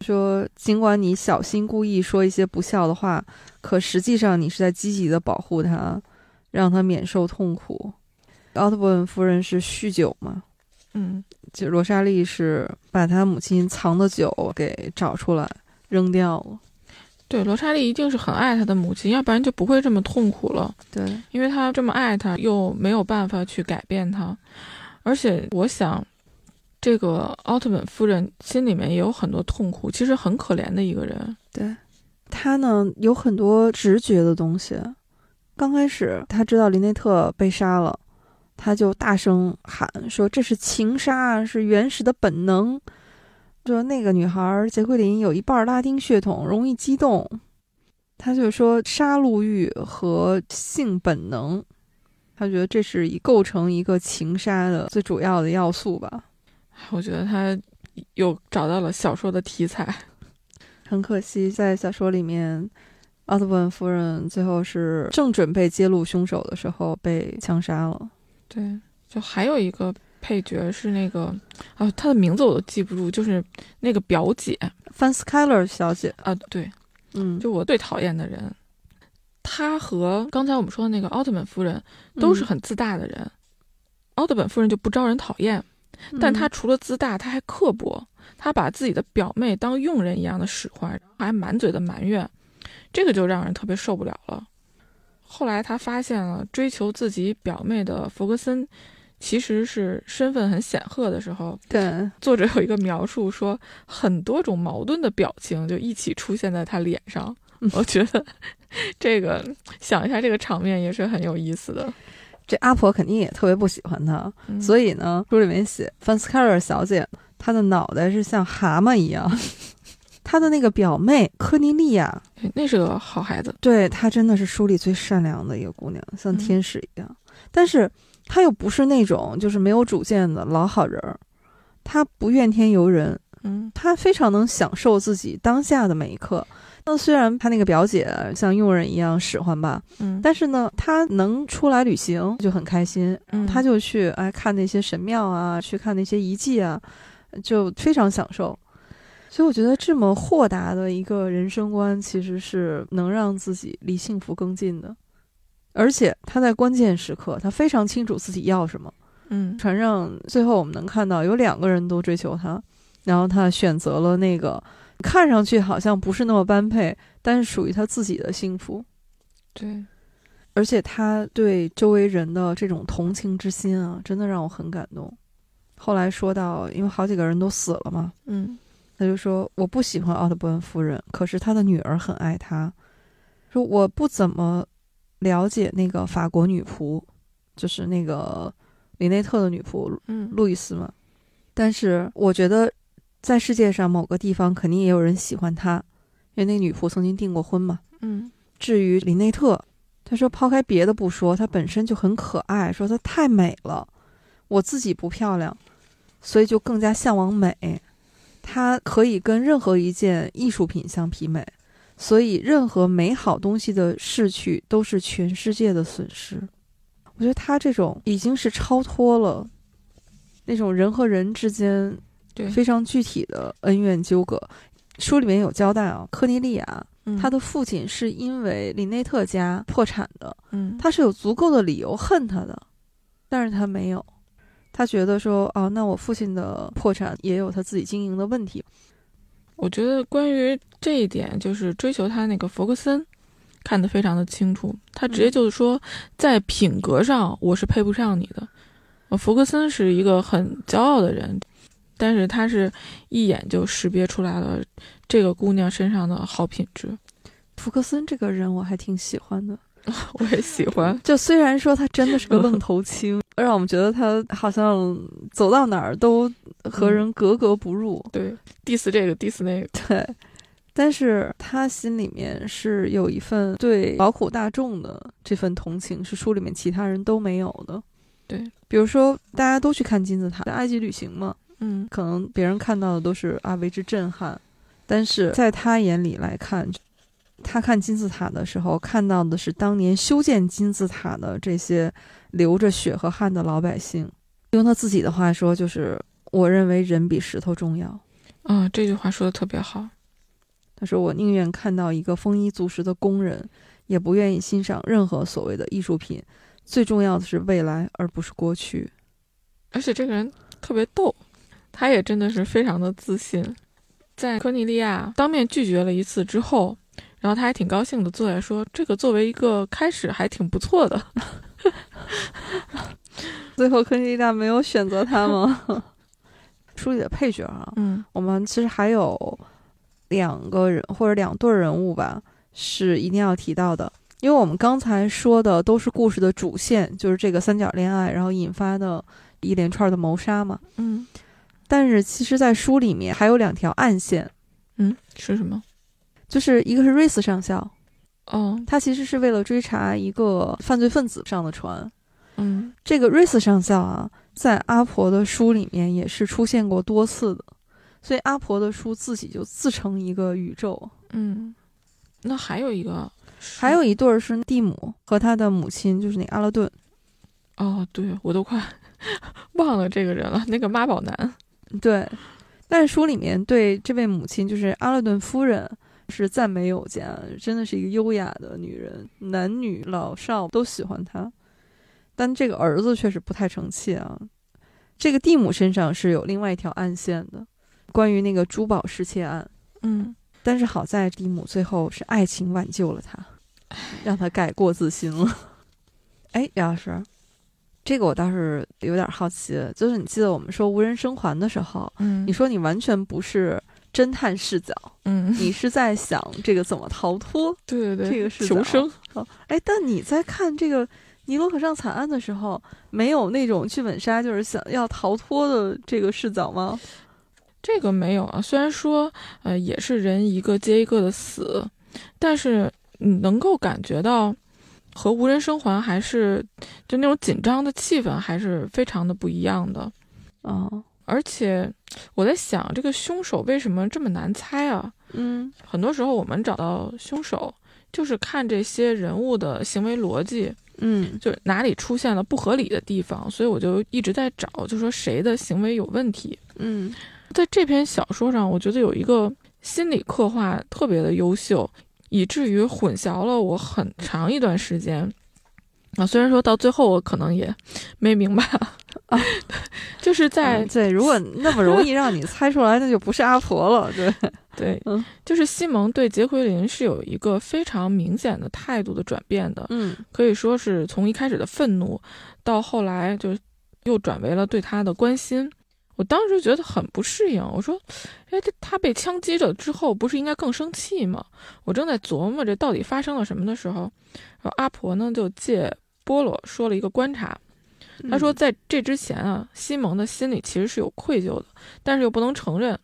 说尽管你小心故意说一些不孝的话，可实际上你是在积极的保护她，让她免受痛苦。奥特伯恩夫人是酗酒嘛，
嗯，
就罗莎莉是把她母亲藏的酒给找出来扔掉了。
对，罗莎莉一定是很爱她的母亲，要不然就不会这么痛苦了。
对，
因为她这么爱她，又没有办法去改变她，而且我想，这个奥特本夫人心里面也有很多痛苦，其实很可怜的一个人。
对，他呢有很多直觉的东西。刚开始他知道林内特被杀了，他就大声喊说：“这是情杀，是原始的本能。”说那个女孩杰奎琳有一半拉丁血统，容易激动。他就说杀戮欲和性本能，他觉得这是以构成一个情杀的最主要的要素吧。
我觉得她又找到了小说的题材。
很可惜，在小说里面，奥特曼夫人最后是正准备揭露凶手的时候被枪杀了。
对，就还有一个配角是那个啊，她的名字我都记不住，就是那个表姐
范斯凯勒小姐，
啊，对，
嗯，
就我最讨厌的人。她和刚才我们说的那个奥特曼夫人都
嗯
是很自大的人，奥特本夫人就不招人讨厌。
嗯，
但他
他
除了自大，他还刻薄，他把自己的表妹当佣人一样的使唤，然后还满嘴的埋怨，这个就让人特别受不了了。后来他发现了追求自己表妹的弗格森其实是身份很显赫的时候，
对
作者有一个描述说，很多种矛盾的表情就一起出现在他脸上
嗯。
我觉得这个想一下，这个场面也是很有意思的。
这阿婆肯定也特别不喜欢他，
嗯
所以呢，书里面写范斯凯勒小姐，她的脑袋是像蛤蟆一样。 她的那个表妹科尼利亚，
哎那是个好孩子，
对她真的是书里最善良的一个姑娘，像
嗯
天使一样。但是她又不是那种就是没有主见的老好人儿，她不怨天尤人，
嗯
他非常能享受自己当下的每一刻。那虽然他那个表姐像佣人一样使唤吧，
嗯，
但是呢，他能出来旅行就很开心。
但
他就去哎看那些神庙啊，去看那些遗迹啊，就非常享受。所以我觉得这么豁达的一个人生观，其实是能让自己离幸福更近的。而且他在关键时刻，他非常清楚自己要什么。
嗯
船上最后我们能看到有两个人都追求他，然后他选择了那个看上去好像不是那么般配，但是属于他自己的幸福。
对。
而且他对周围人的这种同情之心啊，真的让我很感动。后来说到，因为好几个人都死了嘛，
嗯
他就说：“我不喜欢奥特伯恩夫人，可是他的女儿很爱他。说我不怎么了解那个法国女仆，就是那个林内特的女仆
嗯
路易斯嘛。但是我觉得，在世界上某个地方肯定也有人喜欢他，因为那女仆曾经订过婚嘛。
嗯
至于林内特，他说抛开别的不说，她本身就很可爱，说她太美了。我自己不漂亮，所以就更加向往美。她可以跟任何一件艺术品相媲美，所以任何美好东西的逝去都是全世界的损失。我觉得她这种已经是超脱了那种人和人之间
对
非常具体的恩怨纠葛。书里面有交代啊，科尼利亚
嗯，
他的父亲是因为林内特家破产的，
嗯
他是有足够的理由恨他的，但是他没有，他觉得说，哦，那我父亲的破产也有他自己经营的问题，
我觉得关于这一点，就是追求他那个弗格森看得非常的清楚，他直接就是说，在品格上我是配不上你的。呃弗格森是一个很骄傲的人，但是他是一眼就识别出来了这个姑娘身上的好品质，
福克森这个人我还挺喜欢的，
我也喜欢。
就虽 然说他真的是个愣头青，让我们觉得他好像走到哪儿都和人格格不入。
对，diss 这个 diss 那个，
对，但是他心里面是有一份对劳苦大众的这份同情，是书里面其他人都没有的。
对，
比如说大家都去看金字塔，在埃及旅行嘛，
嗯，
可能别人看到的都是啊为之震撼，但是在他眼里来看，他看金字塔的时候看到的是当年修建金字塔的这些流着血和汗的老百姓。用他自己的话说，就是我认为人比石头重要。
啊，这句话说的特别好，
他说我宁愿看到一个丰衣足食的工人，也不愿意欣赏任何所谓的艺术品。最重要的是未来，而不是过去。
而且这个人特别逗，他也真的是非常的自信。在科尼利亚当面拒绝了一次之后，然后他还挺高兴的坐在说：“这个作为一个开始还挺不错的。
最后，科尼利亚没有选择他吗？ 书里的配角啊”，
嗯
我们其实还有两个人或者两对人物吧，是一定要提到的，因为我们刚才说的都是故事的主线，就是这个三角恋爱，然后引发的一连串的谋杀嘛。
嗯
但是其实，在书里面还有两条暗线，
嗯，是什么？
就是一个是瑞斯上校，
哦，
他其实是为了追查一个犯罪分子上的船。
嗯
这个瑞斯上校啊，在阿婆的书里面也是出现过多次的，所以阿婆的书自己就自成一个宇宙。
嗯，那还有一个是，
还有一对儿是蒂姆和他的母亲，就是那个阿勒顿。
哦，对我都快 忘了这个人了，那个妈宝男。
对，但是书里面对这位母亲，就是阿勒顿夫人，是赞美有加，真的是一个优雅的女人，男女老少都喜欢她。但这个儿子确实不太成器啊。这个蒂姆身上是有另外一条暗线的，关于那个珠宝失窃案。
嗯，
但是好在蒂姆最后是爱情挽救了他，让他改过自新了。哎，杨老师，这个我倒是有点好奇，就是你记得我们说无人生还的时候，
嗯
你说你完全不是侦探视角，
嗯，
你是在想这个怎么逃脱。
对对对，
这个是
求
早
生。
哎，但你在看这个尼罗河上惨案的时候，没有那种剧本杀就是想要逃脱的这个视角吗？
这个没有啊，虽然说呃也是人一个接一个的死，但是你能够感觉到和无人生还还是就那种紧张的气氛还是非常的不一样的。
哦，
而且我在想，这个凶手为什么这么难猜啊？
嗯
很多时候我们找到凶手，就是看这些人物的行为逻辑，
嗯
就是哪里出现了不合理的地方，所以我就一直在找，就说谁的行为有问题。
嗯
在这篇小说上，我觉得有一个心理刻画特别的优秀，以至于混淆了我很长一段时间。啊，虽然说到最后我可能也没明白，
啊
就是在、
嗯对，如果那么容易让你猜出来，那就不是阿婆了，对。
对，
嗯
就是西蒙对杰奎琳是有一个非常明显的态度的转变的，
嗯
可以说是从一开始的愤怒，到后来就又转为了对他的关心。我当时觉得很不适应，我说：“哎，这他被枪击了之后，不是应该更生气吗？”我正在琢磨这到底发生了什么的时候，然后阿婆呢就借波罗说了一个观察，
嗯
他说，在这之前啊，西蒙的心里其实是有愧疚的，但是又不能承认。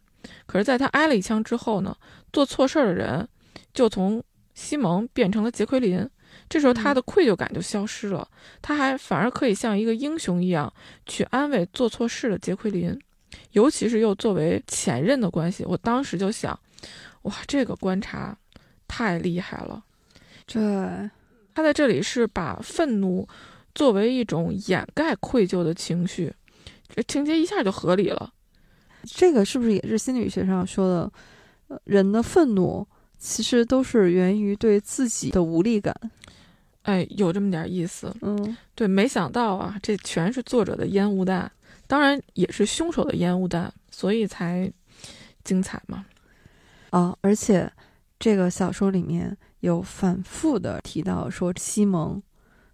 可是，在他挨了一枪之后呢，做错事儿的人就从西蒙变成了杰奎琳。这时候，他的愧疚感就消失了，他还反而可以像一个英雄一样去安慰做错事的杰奎琳，尤其是又作为前任的关系。我当时就想，哇，这个观察太厉害了。
对，
他在这里是把愤怒作为一种掩盖愧疚的情绪，这情节一下就合理了。
这个是不是也是心理学上说的，呃人的愤怒其实都是源于对自己的无力感？
哎，有这么点意思。
嗯
对，没想到啊，这全是作者的烟雾弹，当然也是凶手的烟雾弹，所以才精彩嘛。
啊，而且这个小说里面有反复的提到说，西蒙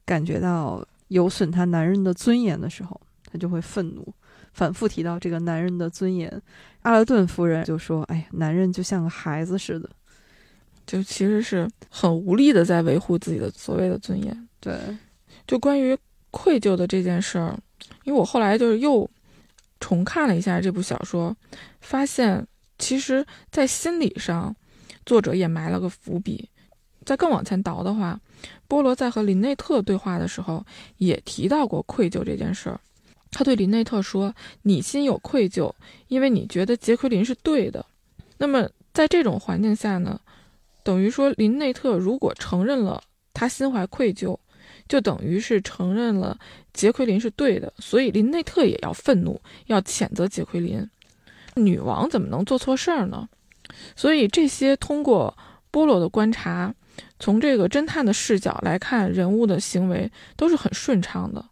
感觉到有损他男人的尊严的时候，他就会愤怒。反复提到这个男人的尊严，阿勒顿夫人就说：“哎呀，男人就像个孩子似的。
就其实是很无力的在维护自己的所谓的尊严。”
对，
就关于愧疚的这件事儿，因为我后来就是又重看了一下这部小说，发现其实在心理上，作者也埋了个伏笔。再更往前倒的话，波罗在和林内特对话的时候也提到过愧疚这件事儿。他对林内特说：“你心有愧疚，因为你觉得杰奎琳是对的。”那么在这种环境下呢，等于说林内特如果承认了他心怀愧疚，就等于是承认了杰奎琳是对的，所以林内特也要愤怒，要谴责杰奎琳。女王怎么能做错事儿呢？所以这些通过波罗的观察，从这个侦探的视角来看人物的行为都是很顺畅的，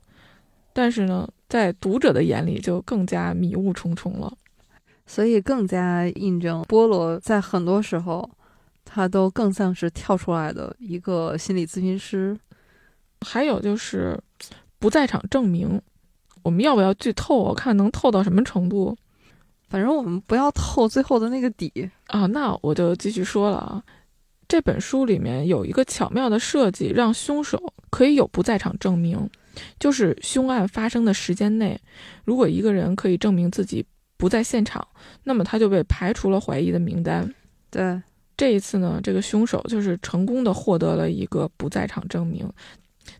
但是呢，在读者的眼里就更加迷雾重重了。
所以更加印证波罗在很多时候，他都更像是跳出来的一个心理咨询师。
还有就是不在场证明，我们要不要剧透？我看能透到什么程度
反正我们不要透最后的那个底，
啊？那我就继续说了啊。这本书里面有一个巧妙的设计，让凶手可以有不在场证明，就是凶案发生的时间内，如果一个人可以证明自己不在现场，那么他就被排除了怀疑的名单。
对，
这一次呢，这个凶手就是成功的获得了一个不在场证明，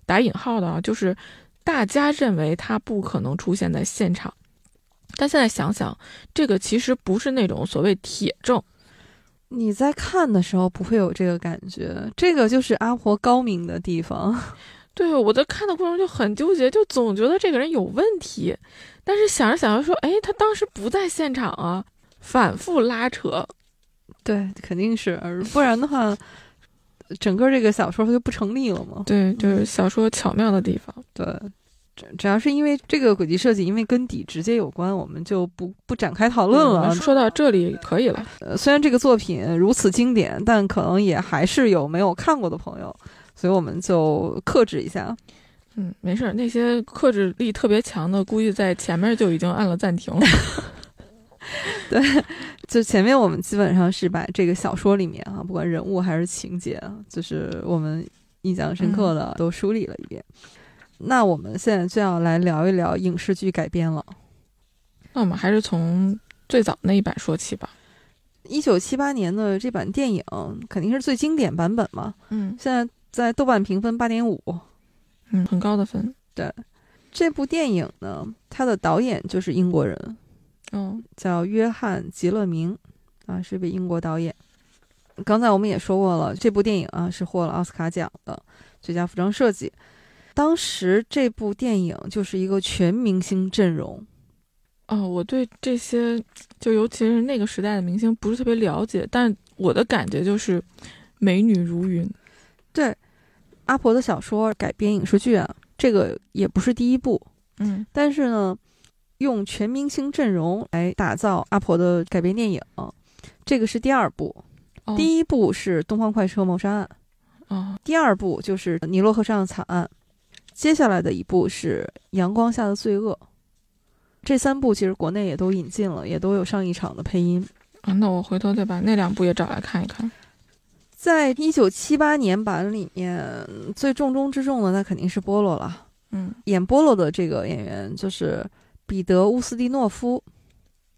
打引号的啊，就是大家认为他不可能出现在现场，但现在想想，这个其实不是那种所谓铁证，
你在看的时候不会有这个感觉，这个就是阿婆高明的地方。
对，我在看的过程中就很纠结，就总觉得这个人有问题，但是想着想着说，哎，他当时不在现场啊，反复拉扯，
对，肯定是，而不然的话，整个这个小说它就不成立了嘛。
对，就是小说巧妙的地方。
对，只只要是因为这个轨迹设计，因为跟底直接有关，我们就不不展开讨论
嗯我
了啊
们。说到这里可以了，
呃虽然这个作品如此经典，但可能也还是有没有看过的朋友，所以我们就克制一下。
嗯，没事儿，那些克制力特别强的，估计在前面就已经按了暂停 了。
就前面我们基本上是把这个小说里面啊，不管人物还是情节啊，就是我们印象深刻的都梳理了一遍。那我们现在就要来聊一聊影视剧改编了。
那我们还是从最早那一版说起吧。
一九七八年的这版电影肯定是最经典版本嘛，
嗯
现在在豆瓣评分八点五。
嗯，很高的分。
这部电影呢，它的导演就是英国人，
嗯
叫约翰·吉勒明，啊，是一位英国导演。刚才我们也说过了，这部电影啊是获了奥斯卡奖的最佳服装设计。当时这部电影就是一个全明星阵容，
哦，我对这些，就尤其是那个时代的明星不是特别了解，但我的感觉就是美女如云。
对阿婆的小说改编影视剧啊，这个也不是第一部，
嗯
但是呢，用全明星阵容来打造阿婆的改编电影，这个是第二部。
哦
第一部是《东方快车谋杀案》，
哦，
第二部就是《尼罗河上的惨案》，接下来的一部是《阳光下的罪恶》。这三部其实国内也都引进了，也都有上一场的配音。
啊，那我回头再把那两部也找来看一看。
在一九七八年版里面，最重中之重的那肯定是波洛了。
嗯
演波洛的这个演员就是彼得·乌斯蒂诺夫，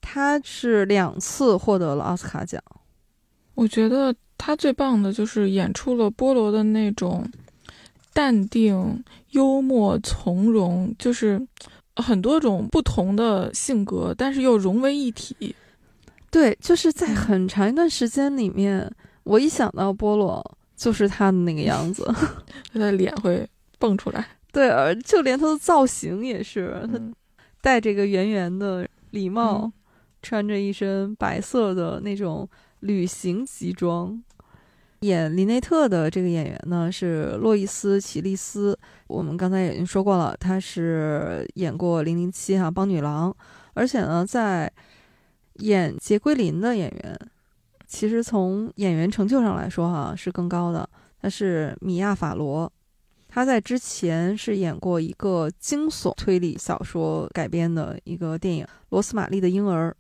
他是两次获得了奥斯卡奖。
我觉得他最棒的就是演出了波罗的那种淡定、幽默、从容，就是很多种不同的性格，但是又融为一体。
对，就是在很长一段时间里面，我一想到波洛，就是他的那个样子。
他的脸会蹦出来。
对，而就连他的造型也是，他
嗯
戴这个圆圆的礼帽，
嗯
穿着一身白色的那种旅行西装。演林内特的这个演员呢是洛伊斯·奇利斯，我们刚才已经说过了，他是演过《零零七》哈邦女郎，而且呢，在演杰奎琳的演员，其实从演员成就上来说哈、是更高的，他是米亚·法罗，他在之前是演过一个惊悚推理小说改编的一个电影《罗斯玛丽的婴儿》。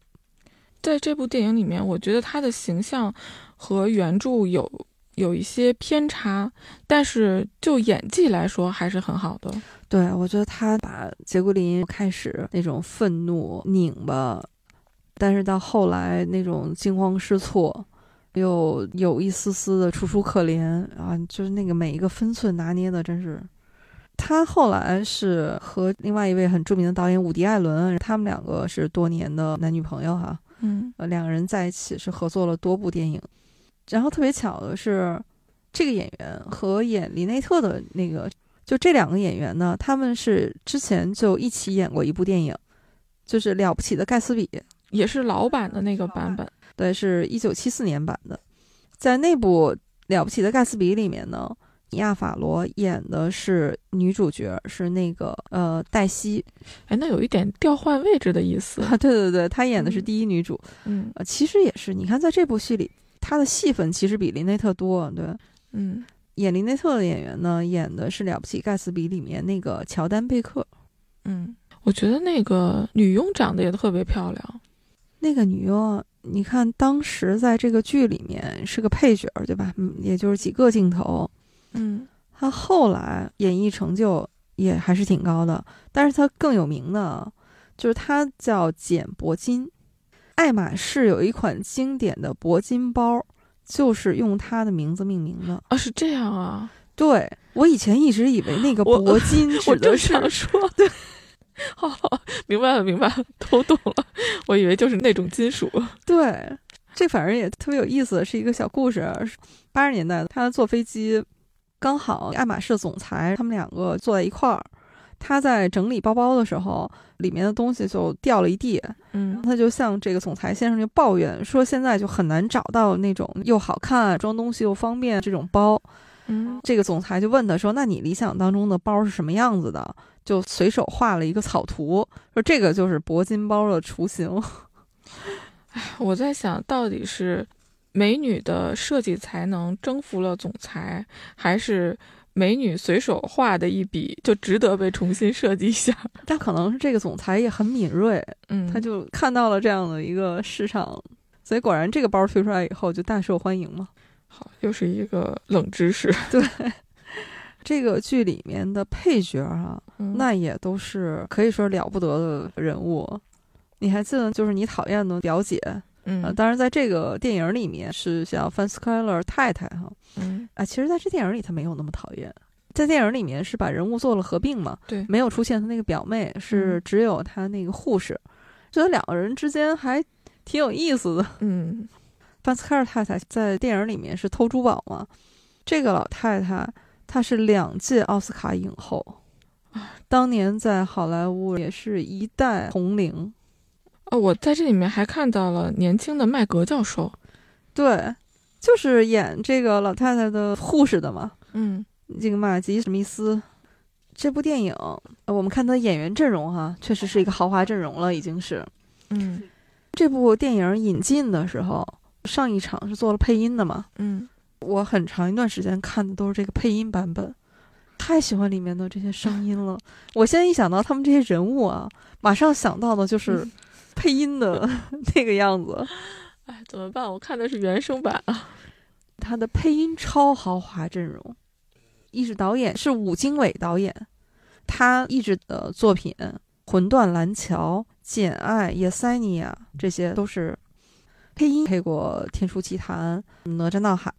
在这部电影里面，我觉得他的形象和原著有有一些偏差，但是就演技来说还是很好的。
对，我觉得他把杰奎琳开始那种愤怒、拧巴，但是到后来那种惊慌失措，又有一丝丝的楚楚可怜啊，就是那个每一个分寸拿捏的真是。他后来是和另外一位很著名的导演伍迪·艾伦，他们两个是多年的男女朋友哈，
嗯
呃，两个人在一起是合作了多部电影。然后特别巧的是，这个演员和演李内特的那个，就这两个演员呢，他们是之前就一起演过一部电影，就是《了不起的盖茨比》，
也是老版的那个版本。
对，是一九七四年版的。在那部《了不起的盖茨比》里面呢，米娅·法罗演的是女主角，是那个呃黛西
哎，那有一点调换位置的意思。
啊，对对对，她演的是
嗯
第一女主。
嗯
呃，其实也是，你看在这部戏里，她的戏份其实比林内特多，对。
嗯，
演林内特的演员呢，演的是《了不起盖茨比》里面那个乔丹贝克。
嗯，我觉得那个女佣长得也特别漂亮。
那个女优啊，你看当时在这个剧里面是个配角，对吧？嗯，也就是几个镜头。
嗯
她后来演艺成就也还是挺高的，但是她更有名的就是她叫简·铂金。爱马仕有一款经典的铂金包，就是用她的名字命名的。
啊，是这样啊，
对我以前一直以为那个
我
铂金
我
指
正
的是
想说，对， 好好，明白了，明白了，都懂了。我以为就是那种金属。
对，这反正也特别有意思，是一个小故事。啊八十年代，他坐飞机，刚好爱马仕总裁他们两个坐在一块儿。他在整理包包的时候，里面的东西就掉了一地。
嗯
他就向这个总裁先生就抱怨说，现在就很难找到那种又好看、装东西又方便这种包。
嗯
这个总裁就问他说：“那你理想当中的包是什么样子的？”就随手画了一个草图，说这个就是铂金包的雏形。
我在想到底是美女的设计才能征服了总裁，还是美女随手画的一笔就值得被重新设计一下？
但可能是这个总裁也很敏锐，
嗯，
他就看到了这样的一个市场，所以果然这个包推出来以后就大受欢迎嘛。
好，又是一个冷知 识。
这个剧里面的配角啊，
嗯
那也都是可以说了不得的人物。你还记得就是你讨厌的表姐啊、
嗯
当然在这个电影里面是像范斯凯勒太太哈
嗯
啊，其实在这电影里她没有那么讨厌。在电影里面是把人物做了合并嘛，
对
没有出现她那个表妹，是
嗯
只有她那个护士，觉得两个人之间还挺有意思的。
嗯
范斯凯尔太太在电影里面是偷珠宝嘛，这个老太太她是两届奥斯卡影后，
啊
当年在好莱坞也是一代红伶。
哦，我在这里面还看到了年轻的麦格教授。
对，就是演这个老太太的护士的嘛，
嗯
这个马吉·史密斯。这部电影，呃我们看她的演员阵容哈、确实是一个豪华阵容了，已经是。
嗯
这部电影引进的时候，上一场是做了配音的嘛，
嗯，
我很长一段时间看的都是这个配音版本，太喜欢里面的这些声音了。我现在一想到他们这些人物啊，马上想到的就是配音的 那个样子。
哎，怎么办？我看的是原声版啊。
他的配音超豪华阵容，艺术导演是武经纬导演，他一直的作品《魂断蓝桥》《简爱》《野塞尼亚》这些都是配音，配过《天书奇谭》《哪吒闹海》。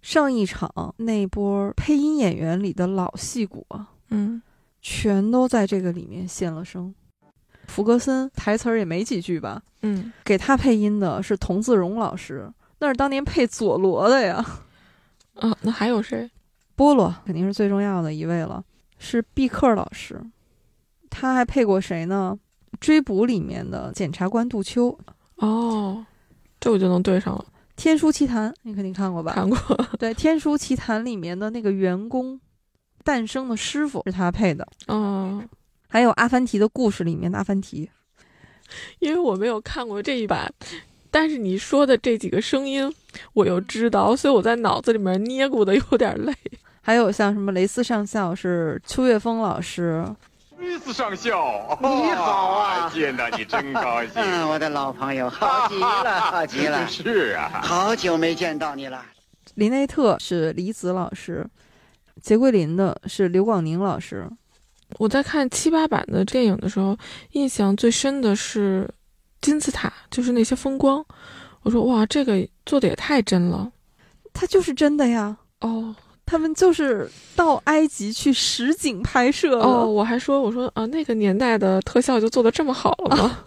上一场那波配音演员里的老戏骨啊，
嗯
全都在这个里面现了声。福格森台词儿也没几句吧，
嗯，
给他配音的是童自荣老师，那是当年配佐罗的呀。
啊，那还有谁？
菠萝肯定是最重要的一位了，是毕克老师，他还配过谁呢？《追捕》里面的检察官杜秋，《
哦，这我就能对上了，
天书奇谭》你肯定看过吧？
看过。
对，《天书奇谭》里面的那个员工，诞生的师傅是他配的，
嗯，
还有《阿凡提的故事》里面的阿凡提，
因为我没有看过这一版，但是你说的这几个声音我又知道，所以我在脑子里面捏咕的有点累。
还有像什么雷斯上校是秋月峰老师，
瑞斯上校，
你好
哎
啊
见到你真高兴。，
嗯，我的老朋友，好极了，好极了
是啊，
好久没见到你了。
林内特是李子老师，杰桂林的是刘广宁老师。
我在看七八版的电影的时候，印象最深的是金字塔，就是那些风光。我说哇，这个做的也太真了。
它就是真的呀，
哦
他们就是到埃及去实景拍摄的。
哦，我还说我说啊，那个年代的特效就做的这么好了吗？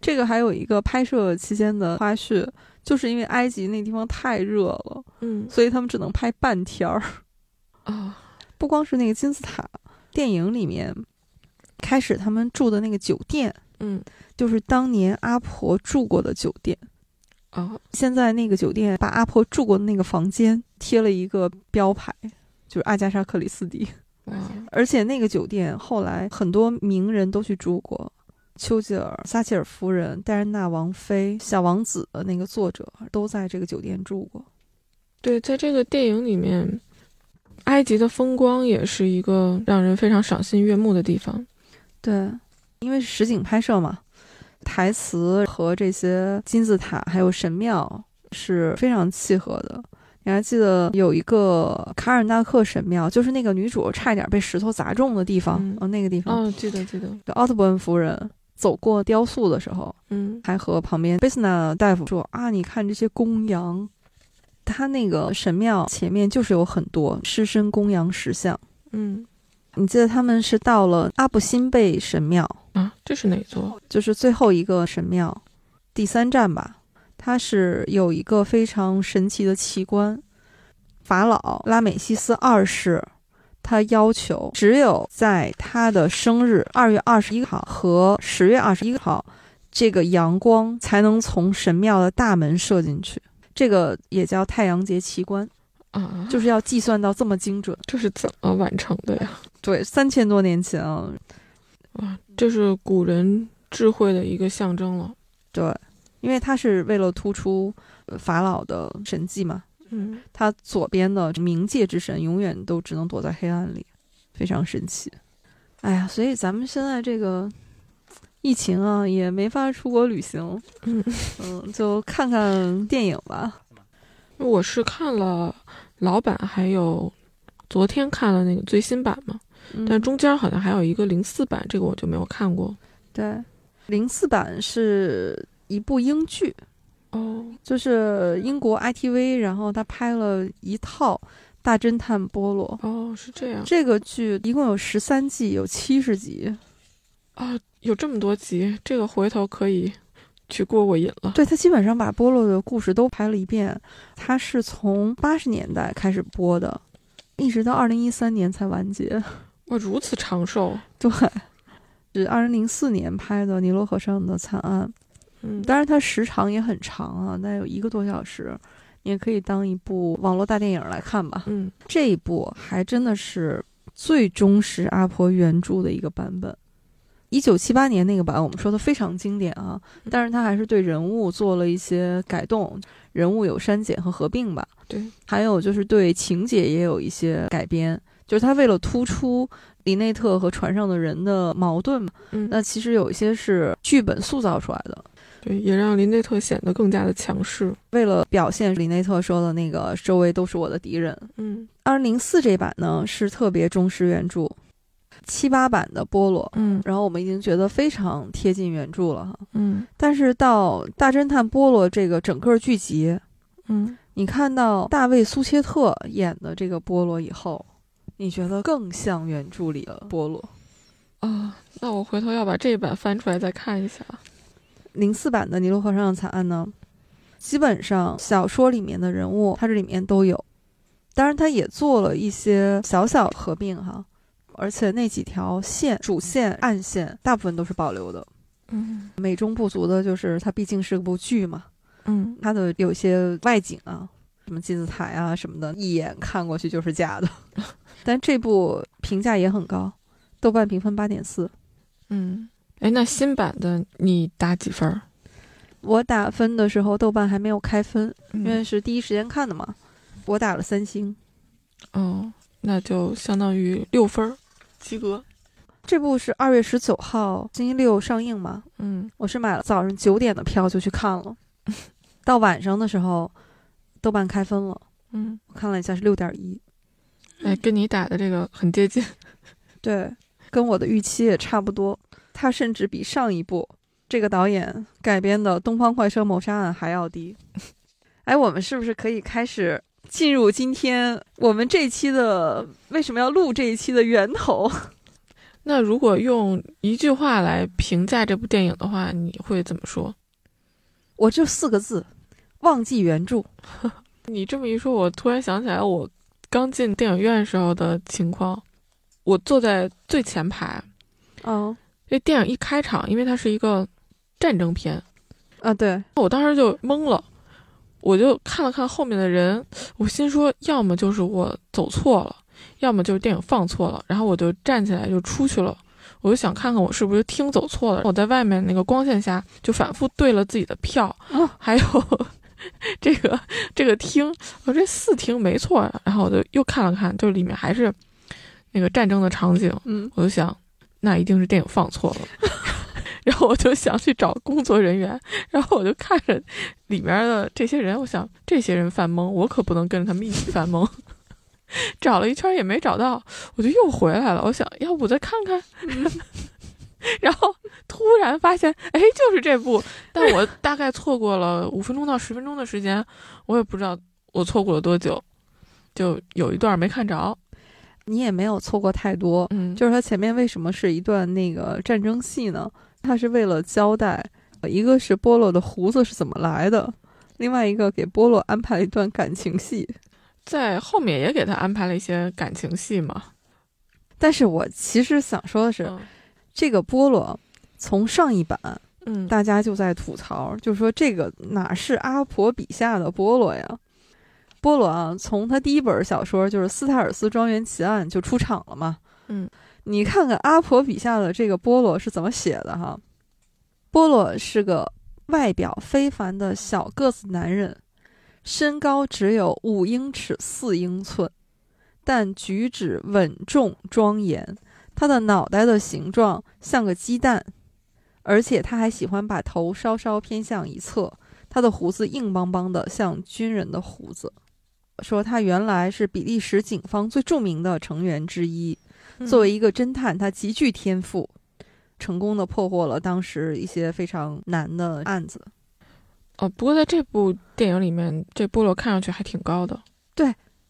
这个还有一个拍摄期间的花絮，就是因为埃及那地方太热了，
嗯
所以他们只能拍半天儿。
啊
不光是那个金字塔，电影里面开始他们住的那个酒店，
嗯
就是当年阿婆住过的酒店。
啊，
现在那个酒店把阿婆住过的那个房间贴了一个标牌，就是阿加莎·克里斯蒂。
哇
而且那个酒店后来很多名人都去住过，丘吉尔、撒切尔夫人、戴安娜王妃、《小王子》的那个作者都在这个酒店住过。
对，在这个电影里面，埃及的风光也是一个让人非常赏心悦目的地方。
对，因为是实景拍摄嘛，台词和这些金字塔还有神庙是非常契合的。你还记得有一个卡尔纳克神庙，就是那个女主差点被石头砸中的地方，
嗯
哦，那个地方，
哦，记得记得，
奥特伯恩夫人走过雕塑的时候，
嗯
还和旁边贝斯纳大夫说啊，你看这些公羊，他那个神庙前面就是有很多狮身公羊石像。
嗯
你记得他们是到了阿布辛贝神庙，
啊，这是哪一座？
就是最后一个神庙，第三站吧。它是有一个非常神奇的奇观，法老拉美西斯二世，他要求只有在他的生日二月二十一号和十月二十一号，这个阳光才能从神庙的大门射进去。这个也叫太阳节奇观，
啊，
就是要计算到这么精准。
这是怎么完成的呀？
对，三千多年前啊，
哇，这是古人智慧的一个象征了。
对，因为它是为了突出呃法老的神迹嘛，
嗯，
他左边的冥界之神永远都只能躲在黑暗里，非常神奇。哎呀，所以咱们现在这个疫情啊，也没法出国旅行，
嗯
嗯，就看看电影吧。
我是看了老版，还有昨天看了那个最新版嘛，
嗯
但中间好像还有一个零四版，这个我就没有看过。
对，零四版是一部英剧，
哦，
就是英国 ITV，然后他拍了一套《大侦探波罗》。
哦，是这样
这个剧一共有十三季，有七十集。
啊，有这么多集，这个回头可以去过过瘾了。
对他基本上把波洛的故事都拍了一遍，他是从八十年代开始播的，一直到二零一三年才完结。
哇，如此长寿，
对，是二零零四年拍的《尼罗河上的惨案
嗯》，，
当然它时长也很长啊，那有一个多小时，你也可以当一部网络大电影来看吧。
嗯，
这一部还真的是最忠实阿婆原著的一个版本。一九七八年那个版，我们说的非常经典啊，但是它还是对人物做了一些改动，人物有删减和合并吧。
对，
还有就是对情节也有一些改编，就是他为了突出林内特和船上的人的矛盾嘛，
嗯，
那其实有一些是剧本塑造出来的。
对，也让林内特显得更加的强势。
为了表现林内特说的那个周围都是我的敌人，
嗯
二零零四这版呢是特别忠实原著，七八版的菠萝，
嗯
然后我们已经觉得非常贴近原著了哈。
嗯
但是到《大侦探菠萝》这个整个剧集，
嗯，
你看到大卫·苏切特演的这个菠萝以后，你觉得更像原著里的菠萝。
啊，那我回头要把这一版翻出来再看一下。
零四版的《尼罗河上的惨案》呢，基本上小说里面的人物，它这里面都有。当然，它也做了一些小小合并哈，而且那几条线、主线、暗线，大部分都是保留的。
嗯
美中不足的就是它毕竟是部剧嘛，
嗯，
它的有些外景啊，什么金字塔呀、什么的，一眼看过去就是假的。 但这部评价也很高，豆瓣评分八点四，
嗯，哎，那新版的你打几分儿？
我打分的时候豆瓣还没有开分，因
因
为是第一时间看的嘛，我打了三星。
哦，那就相当于六分儿，及格。
这部是二月十九号星期六上映嘛，
嗯
我是买了早上九点的票就去看了，到晚上的时候，豆瓣开分了，
嗯，
我看了一下是六点一，
哎，跟你打的这个很接近。
对，跟我的预期也差不多。它甚至比上一部这个导演改编的《东方快车谋杀案》还要低。哎，我们是不是可以开始进入今天我们这期的为什么要录这一期的源头？
那如果用一句话来评价这部电影的话，你会怎么说？
我就四个字：忘记原著。
你这么一说，我突然想起来我刚进电影院时候的情况。我坐在最前排，
哦
这电影一开场，因为它是一个战争片，
啊，对，
我当时就懵了，我就看了看后面的人，我心说，要么就是我走错了，要么就是电影放错了，然后我就站起来就出去了，我就想看看我是不是听走错了。我在外面那个光线下就反复对了自己的票，
哦
还有这个这个厅，我这四厅没错呀。然后我就又看了看，就是里面还是那个战争的场景，
嗯，
我就想，那一定是电影放错了。 然后我就想去找工作人员，然后我就看着里面的这些人，我想这些人犯懵，我可不能跟着他们一起犯懵。 找了一圈也没找到，我就又回来了。我想要不再看看， 然后突然发现，哎，就是这部。但我大概错过了五分钟到十分钟的时间，我也不知道我错过了多久，就有一段没看着。
你也没有错过太多。
嗯，
就是它前面为什么是一段那个战争戏呢？它是为了交代，一个是波洛的胡子是怎么来的，另外一个给波洛安排了一段感情戏。
在后面也给他安排了一些感情戏嘛。
但是我其实想说的是，
嗯
这个波洛从上一版
嗯，
大家就在吐槽，就说这个哪是阿婆笔下的波洛呀？波洛啊，从他第一本小说就是《斯泰尔斯庄园奇案》就出场了嘛。
嗯，
你看看阿婆笔下的这个波洛是怎么写的哈？波洛是个外表非凡的小个子男人，身高只有五英尺四英寸，但举止稳重庄严。他的脑袋的形状像个鸡蛋，而且他还喜欢把头稍稍偏向一侧，他的胡子硬邦邦的，像军人的胡子。说他原来是比利时警方最著名的成员之一，
嗯
作为一个侦探，他极具天赋，成功的破获了当时一些非常难的案子。
哦，不过在这部电影里面，这波罗看上去还挺高的。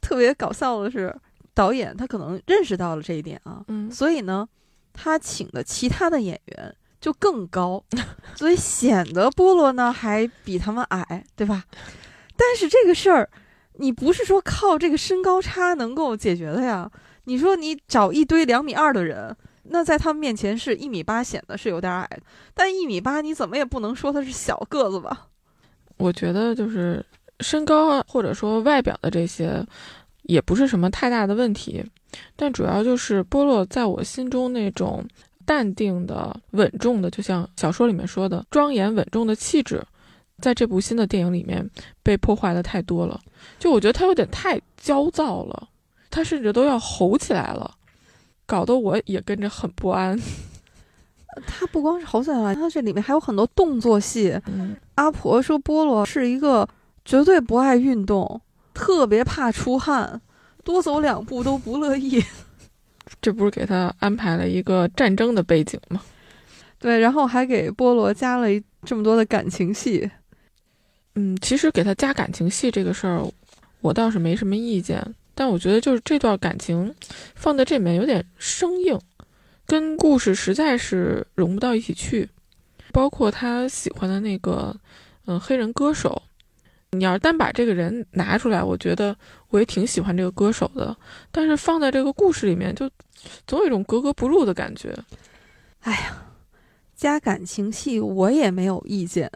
特别搞笑的是，导演他可能认识到了这一点啊，
嗯
所以呢，他请的其他的演员就更 高，所以显得波罗呢还比他们矮，对吧？但是这个事儿，你不是说靠这个身高差能够解决的呀？你说你找一堆两米二的人，那在他们面前是一米八显得是有点矮的，但一米八你怎么也不能说他是小个子吧？
我觉得就是身高啊，或者说外表的这些，也不是什么太大的问题，但主要就是波洛在我心中那种淡定的、稳重的，就像小说里面说的庄严稳重的气质，在这部新的电影里面被破坏的太多了。就我觉得他有点太焦躁了，他甚至都要吼起来了，搞得我也跟着很不安。
他不光是猴子啊，他这里面还有很多动作戏，
嗯，
阿婆说菠萝是一个绝对不爱运动，特别怕出汗，多走两步都不乐意。
这不是给他安排了一个战争的背景吗？
对，然后还给菠萝加了一这么多的感情戏。
嗯，其实给他加感情戏这个事儿，我倒是没什么意见，但我觉得就是这段感情放在这里面有点生硬，跟故事实在是融不到一起去。包括他喜欢的那个，嗯、黑人歌手，你要是单把这个人拿出来，我觉得我也挺喜欢这个歌手的，但是放在这个故事里面，就总有一种格格不入的感觉。
加感情戏我也没有意见，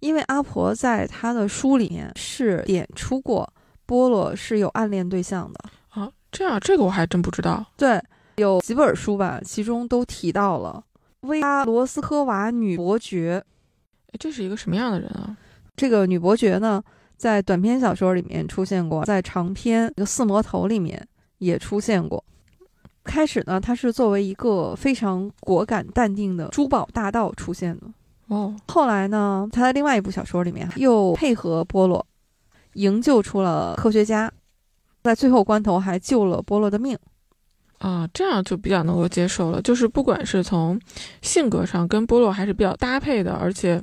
因为阿婆在她的书里面是点出过菠萝是有暗恋对象的。
啊，这样这个我还真不知道。
对，有几本书吧，其中都提到了维拉罗斯科娃女伯爵
哎这是一个什么样的人啊？
这个女伯爵呢，在短篇小说里面出现过，在长篇《一个四魔头》里面也出现过。开始呢，她是作为一个非常果敢淡定的珠宝大盗出现的。
哦，
后来呢，她在另外一部小说里面又配合波洛，营救出了科学家，在最后关头还救了波洛的命。
啊，这样就比较能够接受了。就是不管是从性格上跟波洛还是比较搭配的，而且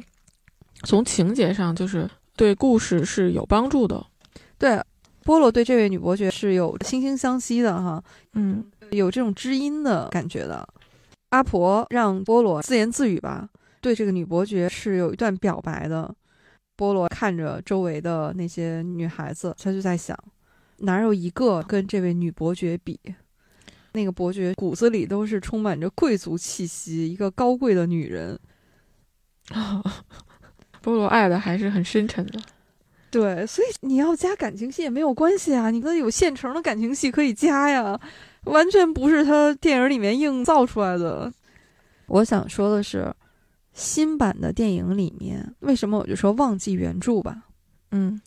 从情节上就是对故事是有帮助的。
对，波洛对这位女伯爵是有惺惺相惜的哈，
嗯，
有这种知音的感觉的。阿婆让波罗自言自语吧，对这个女伯爵是有一段表白的。波罗看着周围的那些女孩子，他就在想，哪有一个跟这位女伯爵比？那个伯爵骨子里都是充满着贵族气息，一个高贵的女人。
波洛爱的还是很深沉的。
对，所以你要加感情戏也没有关系啊，你可以有现成的感情戏可以加呀，完全不是他电影里面硬造出来的。我想说的是，新版的电影里面，为什么我就说忘记原著吧？
嗯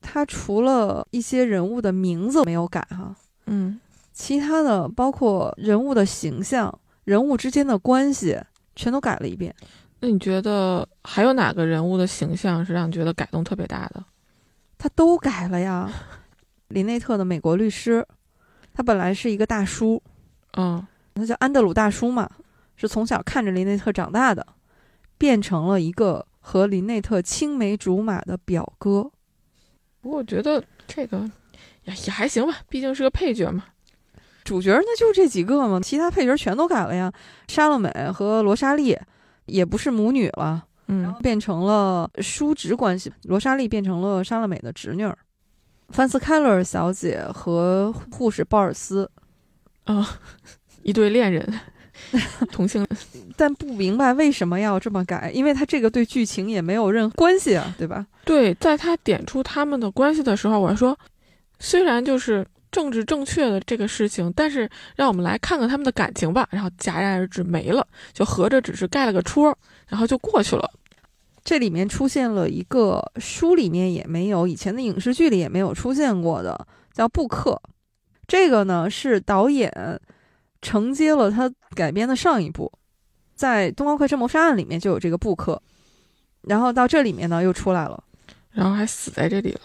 它除了一些人物的名字没有改哈，
嗯
其他的包括人物的形象、人物之间的关系，全都改了一遍。
那你觉得还有哪个人物的形象是让你觉得改动特别大的？
他都改了呀。林内特的美国律师，他本来是一个大叔，
嗯
他叫安德鲁大叔嘛，是从小看着林内特长大的，变成了一个和林内特青梅竹马的表哥。
不过我觉得这个也也还行吧，毕竟是个配角嘛。
主角那就是这几个嘛，其他配角全都改了呀。莎乐美和罗莎莉也不是母女了，
嗯
变成了叔侄关系。罗莎莉变成了莎乐美的侄女儿，范斯凯勒小姐和护士鲍尔斯
啊，一对恋人， 同性恋
但不明白为什么要这么改，因为他这个对剧情也没有任何关系啊，对吧？
对，在他点出他们的关系的时候，我说，虽然就是政治正确的这个事情，但是让我们来看看他们的感情吧。然后戛然而止，没了，就合着只是盖了个戳，然后就过去了。
这里面出现了一个书里面也没有，以前的影视剧里也没有出现过的，叫布克。这个呢是导演承接了他改编的上一部，在《东方快车谋杀案》里面就有这个布克，然后到这里面呢又出来了。
然后还死在这里了。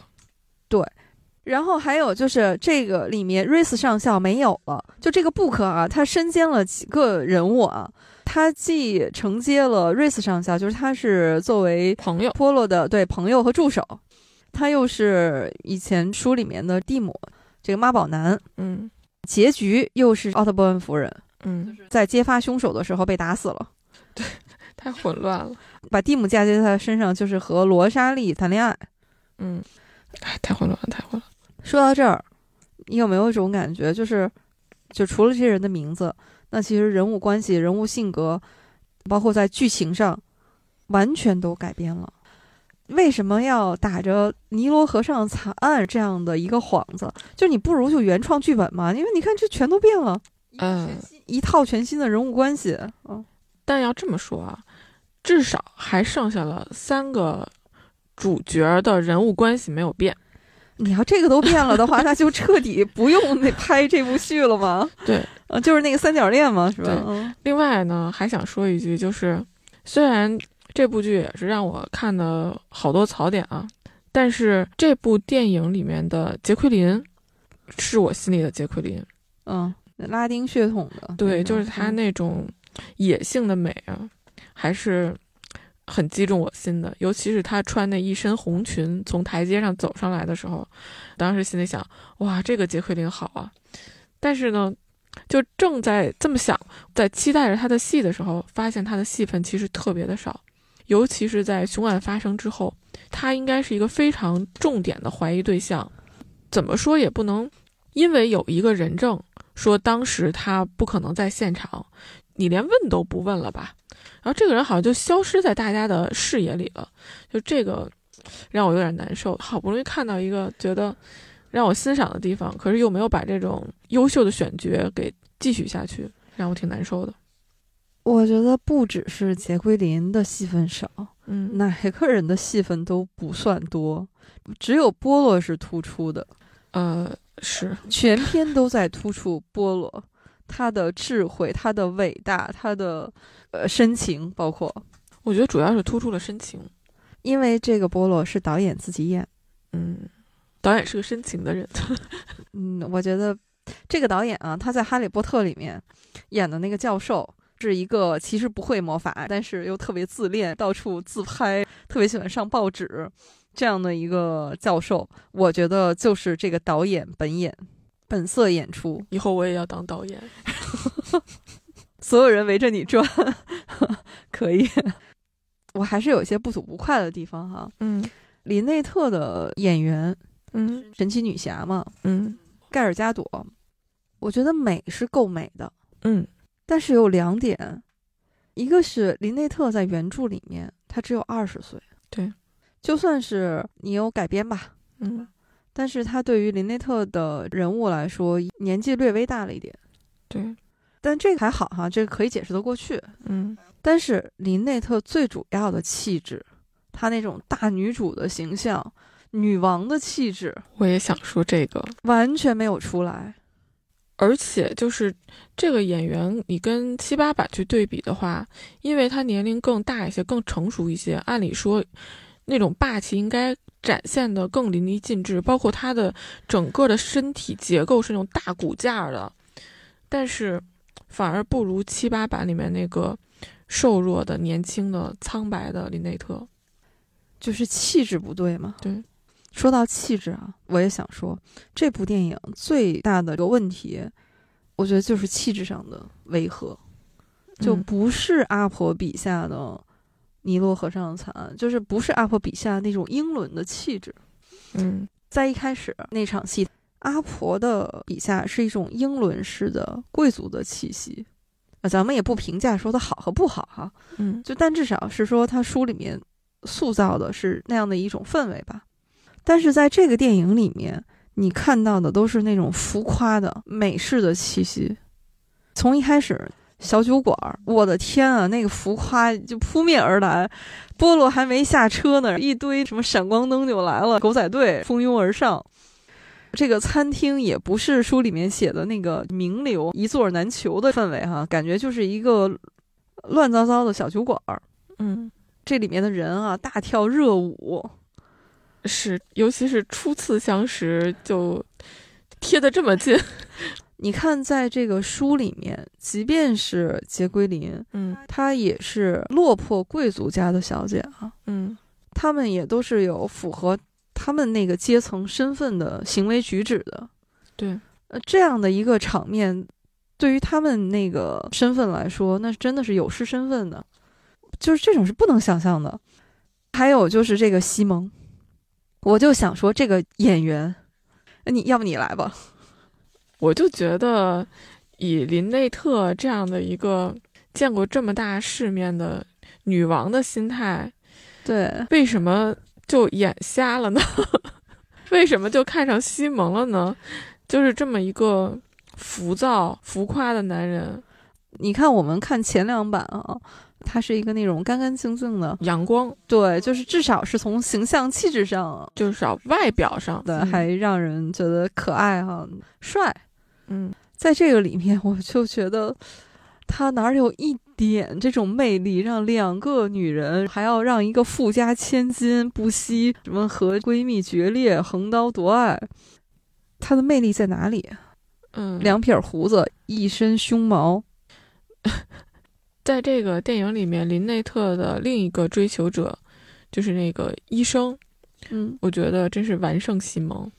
然后还有就是这个里面瑞斯上校没有了，就这个布克啊，他身兼了几个人物啊，他既承接了瑞斯上校，就是他是作为
朋友，
波洛的对朋友和助手，他又是以前书里面的蒂姆这个妈宝男，
嗯
结局又是奥特波恩夫人
嗯，
在揭发凶手的时候被打死了，
太混乱了。
把蒂姆嫁接在他身上就是和罗莎莉谈恋爱。
嗯，哎，太混乱了，太混乱了。
说到这儿，你有没有一种感觉，就是，就除了这些人的名字，那其实人物关系、人物性格，包括在剧情上，完全都改变了。为什么要打着尼罗河上惨案这样的一个幌子？就你不如就原创剧本嘛，因为你看这全都变了，
嗯、
一套全新的人物关系。嗯，
但要这么说啊，至少还剩下了三个主角的人物关系没有变。
你要这个都变了的 话，那就彻底不用那拍这部剧了嘛。
对，
呃，就是那个三角恋嘛，是吧
对？
嗯。
另外呢，还想说一句，就是虽然这部剧也是让我看的好多槽点啊，但是这部电影里面的杰奎琳是我心里的杰奎琳，
嗯，拉丁血统的，嗯
对，就是她那种野性的美啊，还是很击中我心的。尤其是她穿那一身红裙从台阶上走上来的时候，当时心里想，哇，这个杰奎琳好啊！但是呢，就正在这么想，在期待着他的戏的时候，发现他的戏份其实特别的少，尤其是在凶案发生之后，他应该是一个非常重点的怀疑对象。怎么说也不能，因为有一个人证说当时他不可能在现场，你连问都不问了吧？然后这个人好像就消失在大家的视野里了，就这个让我有点难受。好不容易看到一个觉得让我欣赏的地方，可是又没有把这种优秀的选角给继续下去，让我挺难受的。
我觉得不只是杰奎琳的戏份少，
嗯，
哪个人的戏份都不算多，只有波洛是突出的，
呃，是
全篇都在突出波洛，他的智慧、他的伟大、他的呃深情，包括
我觉得主要是突出了深情。
因为这个波洛是导演自己演，
嗯，导演是个深情的人，
嗯，我觉得这个导演啊，他在《哈利波特》里面演的那个教授是一个其实不会魔法，但是又特别自恋，到处自拍，特别喜欢上报纸这样的一个教授。我觉得就是这个导演本演本色演出，
以后我也要当导演。
所有人围着你转， 可以。我还是有一些不吐不快的地方哈。
嗯
林内特的演员，
嗯
神奇女侠嘛，
嗯
盖尔加朵，我觉得美是够美的，
嗯
但是有两点，一个是林内特在原著里面她只有二十岁，
对，
就算是你有改编吧，
嗯，
但是她对于林内特的人物来说，年纪略微大了一点，
对，
但这个还好哈，这个可以解释得过去。
嗯
但是林内特最主要的气质，她那种大女主的形象、女王的气质，
我也想说这个，
完全没有出来。
而且就是这个演员，你跟七八版去对比的话，因为他年龄更大一些，更成熟一些，按理说那种霸气应该展现的更淋漓尽致，包括他的整个的身体结构是那种大骨架儿的，但是反而不如七八版里面那个瘦弱的、年轻的、苍白的林内特。
就是气质不对嘛。
对，
说到气质啊，我也想说，这部电影最大的一个问题，我觉得就是气质上的违和，就
嗯
不是阿婆笔下的尼罗河上的惨，就是不是阿婆笔下那种英伦的气质。
嗯
在一开始那场戏，阿婆的笔下是一种英伦式的贵族的气息。啊，咱们也不评价说它好和不好哈、
嗯
就但至少是说他书里面塑造的是那样的一种氛围吧。但是在这个电影里面，你看到的都是那种浮夸的美式的气息。从一开始，小酒馆儿，我的天啊，那个浮夸就扑面而来。波罗还没下车呢，一堆什么闪光灯就来了，狗仔队蜂拥而上。这个餐厅也不是书里面写的那个名流一座难求的氛围哈、感觉就是一个乱糟糟的小酒馆儿，
嗯，
这里面的人啊，大跳热舞，
是，尤其是初次相识就贴得这么近。
你看，在这个书里面，即便是杰奎琳，
嗯
她也是落魄贵族家的小姐啊，
嗯
她们也都是有符合他们那个阶层身份的行为举止的。
对，
呃，这样的一个场面，对于他们那个身份来说，那真的是有失身份的，就是这种是不能想象的。还有就是这个西蒙，我就想说这个演员，呃你要不你来吧。
我就觉得以林内特这样的一个见过这么大世面的女王的心态，
对，
为什么就眼瞎了呢？ 为什么就看上西蒙了呢？就是这么一个浮躁、浮夸的男人，
你看我们看前两版啊，他是一个那种干干净净的，
阳光
对，就是至少是从形象气质上
就是少外表上
的，
嗯
还让人觉得可爱哈、帅。
嗯
在这个里面，我就觉得他哪有一点这种魅力，让两个女人还要让一个富家千金不惜什么和闺蜜决裂、横刀夺爱，他的魅力在哪里？
嗯，
两撇胡子，一身胸毛，
在这个电影里面，林内特的另一个追求者就是那个医生，
嗯
我觉得真是完胜西蒙，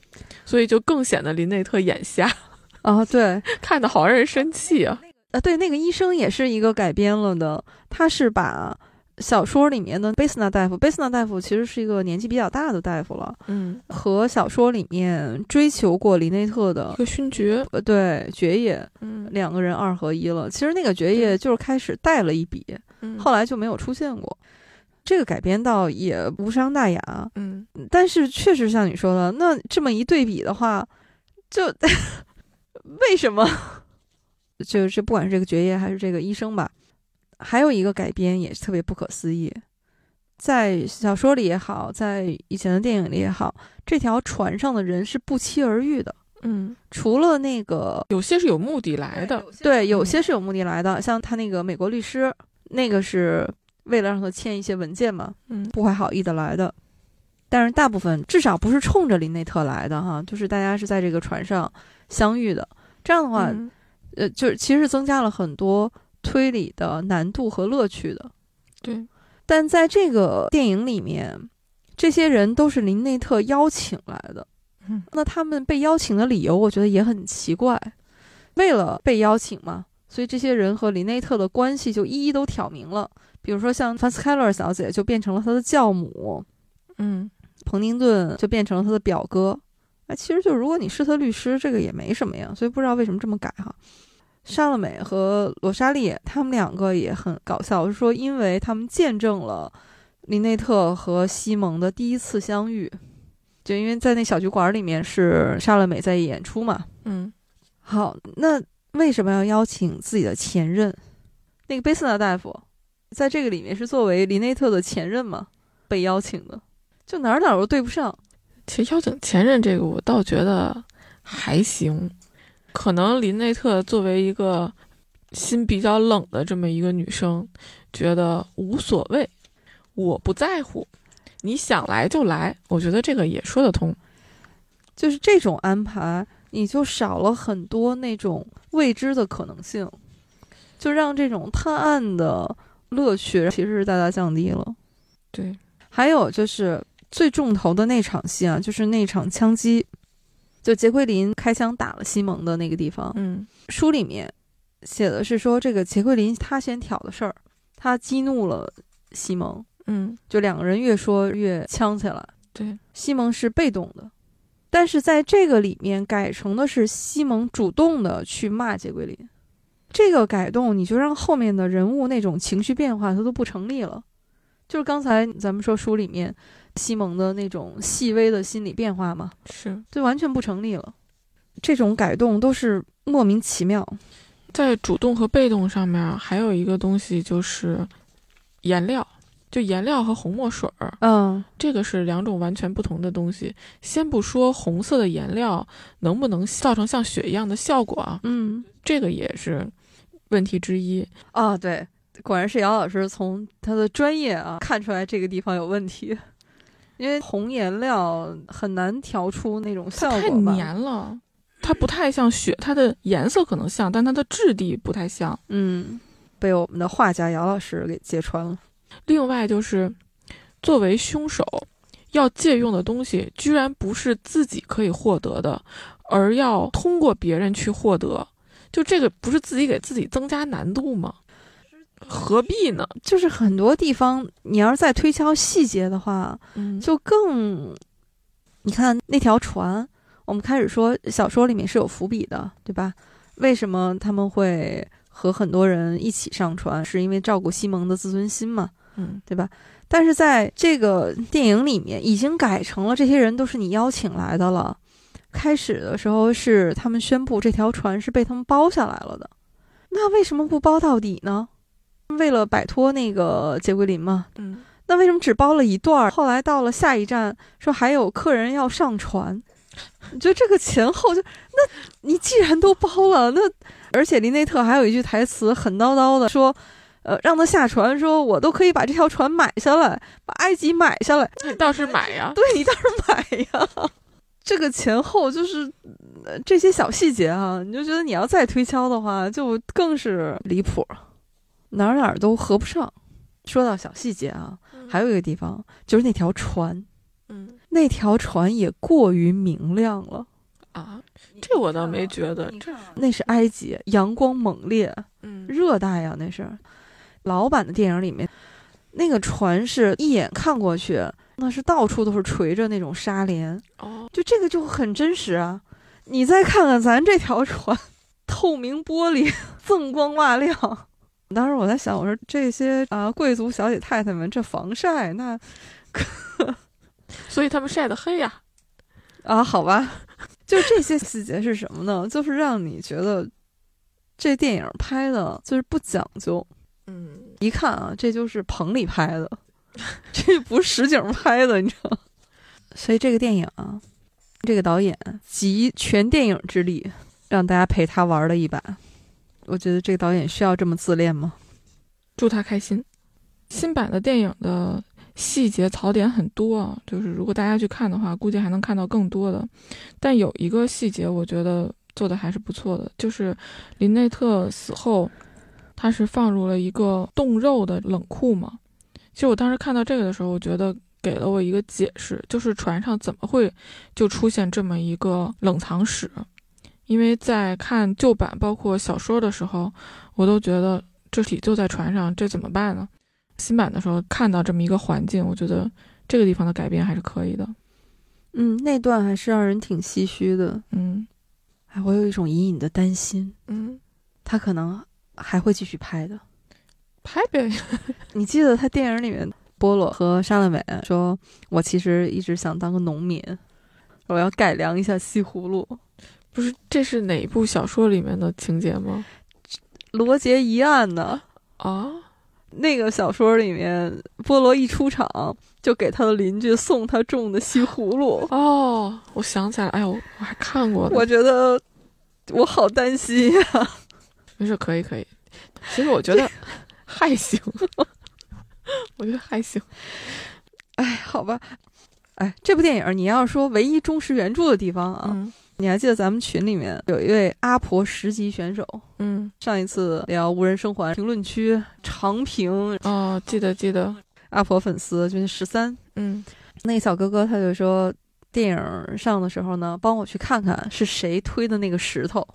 所以就更显得林内特眼瞎，
啊，对，
看得好让人生气啊。
呃，对，那个医生也是一个改编了的，他是把小说里面的贝斯纳大夫，贝斯纳大夫其实是一个年纪比较大的大夫了，
嗯，
和小说里面追求过林内特的
一。个勋爵，
呃，对，爵爷
嗯
两个人二合一了。其实那个爵爷就是开始带了一笔，
嗯
后来就没有出现过。这个改编倒也无伤大雅，
嗯，
但是确实像你说的，那这么一对比的话，就 为什么？就是这不管是这个爵爷还是这个医生吧，还有一个改编也是特别不可思议，在小说里也好，在以前的电影里也好，这条船上的人是不期而遇的，
嗯，
除了那个
有些是有目的来的，
对，有些是有目的来的，像他那个美国律师，那个是为了让他签一些文件嘛，
嗯
不怀好意的来的。但是大部分至少不是冲着林内特来的哈，就是大家是在这个船上相遇的。这样的话，
嗯
呃，就是其实增加了很多推理的难度和乐趣的。
对，
但在这个电影里面，这些人都是林内特邀请来的。
嗯
那他们被邀请的理由，我觉得也很奇怪。为了被邀请嘛，所以这些人和林内特的关系就一一都挑明了。比如说，像范斯凯勒小姐就变成了他的教母，
嗯
彭丁顿就变成了他的表哥。哎，其实就如果你是他律师，这个也没什么呀，所以不知道为什么这么改哈。莎乐美和罗莎莉他们两个也很搞笑，是说因为他们见证了林内特和西蒙的第一次相遇，就因为在那小酒馆里面是莎乐美在演出嘛。
嗯
好，那为什么要邀请自己的前任？那个贝斯纳大夫在这个里面是作为林内特的前任嘛被邀请的，就哪儿哪儿都对不上。
其实邀请前任这个，我倒觉得还行。可能林内特作为一个心比较冷的这么一个女生，觉得无所谓，我不在乎，你想来就来。我觉得这个也说得通。
就是这种安排，你就少了很多那种未知的可能性，就让这种探案的乐趣其实是大大降低了。
对，
还有就是最重头的那场戏啊，就是那场枪击，就杰奎琳开枪打了西蒙的那个地方。
嗯
书里面写的是说，这个杰奎琳他先挑的事儿，他激怒了西蒙，
嗯，
就两个人越说越呛起来。
对，
西蒙是被动的，但是在这个里面改成的是西蒙主动的去骂杰奎琳，这个改动你就让后面的人物那种情绪变化它都不成立了。就是刚才咱们说书里面西蒙的那种细微的心理变化嘛，
是
就完全不成立了。这种改动都是莫名其妙，
在主动和被动上面，还有一个东西就是颜料，就颜料和红墨水儿。
嗯，
这个是两种完全不同的东西。先不说红色的颜料能不能造成像血一样的效果啊，
嗯
这个也是问题之一。
啊，对，果然是姚老师从他的专业啊看出来这个地方有问题，因为红颜料很难调出那种效
它太
果吧。
黏了，它不太像血，它的颜色可能像，但它的质地不太像。
嗯，被我们的画家姚老师给揭穿了。
另外就是，作为凶手要借用的东西，居然不是自己可以获得的，而要通过别人去获得，就这个不是自己给自己增加难度吗？何必呢？
就是很多地方，你要是再推敲细节的话，
嗯
就更，你看那条船，我们开始说小说里面是有伏笔的，对吧？为什么他们会和很多人一起上船？是因为照顾西蒙的自尊心嘛？
嗯，
对吧？但是在这个电影里面，已经改成了这些人都是你邀请来的了。开始的时候是他们宣布这条船是被他们包下来了的，那为什么不包到底呢？为了摆脱那个杰奎琳嘛，
嗯，
那为什么只包了一段儿？后来到了下一站，说还有客人要上船，你觉得这个前后就，那你既然都包了，那而且林内特还有一句台词很叨叨的说，呃，让他下船，说我都可以把这条船买下来，把埃及买下来，
你倒是买呀。
对你倒是买呀。这个前后就是、呃这些小细节啊，你就觉得你要再推敲的话，就更是离谱，哪儿哪儿都合不上。说到小细节啊，还有一个地方就是那条船，
嗯
那条船也过于明亮了。
啊，这我倒没觉得。这
那是埃及，阳光猛烈，
嗯
热带呀、那是。老版的电影里面，那个船是一眼看过去，那是到处都是垂着那种纱帘，
哦，
就这个就很真实啊。你再看看咱这条船，透明玻璃，锃光瓦亮。当时我在想，我说这些啊贵族小姐太太们这防晒那
所以他们晒得黑呀。
啊，好吧，就这些细节是什么呢？就是让你觉得这电影拍的就是不讲究。
嗯，
一看啊，这就是棚里拍的， 这不是实景拍的，你知道吗？所以这个电影啊，这个导演集全电影之力，让大家陪他玩了一把。我觉得这个导演需要这么自恋吗？
祝他开心。新版的电影的细节槽点很多啊，就是如果大家去看的话，估计还能看到更多的。但有一个细节，我觉得做的还是不错的，就是林内特死后，他是放入了一个冻肉的冷库嘛。其实我当时看到这个的时候，我觉得给了我一个解释，就是船上怎么会就出现这么一个冷藏室？因为在看旧版包括小说的时候，我都觉得这里就在船上，这怎么办呢？新版的时候看到这么一个环境，我觉得这个地方的改变还是可以的。
嗯，那段还是让人挺唏嘘的。
嗯
哎，我有一种隐隐的担心，
嗯，
他可能还会继续拍的。
拍呗。
你记得他电影里面，波罗和莎乐美说：“我其实一直想当个农民，我要改良一下西葫芦。
不是，这是哪一部小说里面的情节吗？”
罗杰一案呢？
啊，
那个小说里面，波罗一出场就给他的邻居送他种的西葫芦，
哦，我想起来了，哎呦，我还看过呢。
我觉得我好担心呀、
没事，可以可以。其实我觉得还行， 我觉得还行。
哎，好吧，哎，这部电影你要说唯一忠实原著的地方啊，
嗯
你还记得咱们群里面有一位阿婆十级选手，
嗯
上一次聊无人生还评论区长评
哦，记得记得，
阿婆粉丝就是十三
嗯
那个小哥哥，他就说电影上的时候呢，帮我去看看是谁推的那个石头。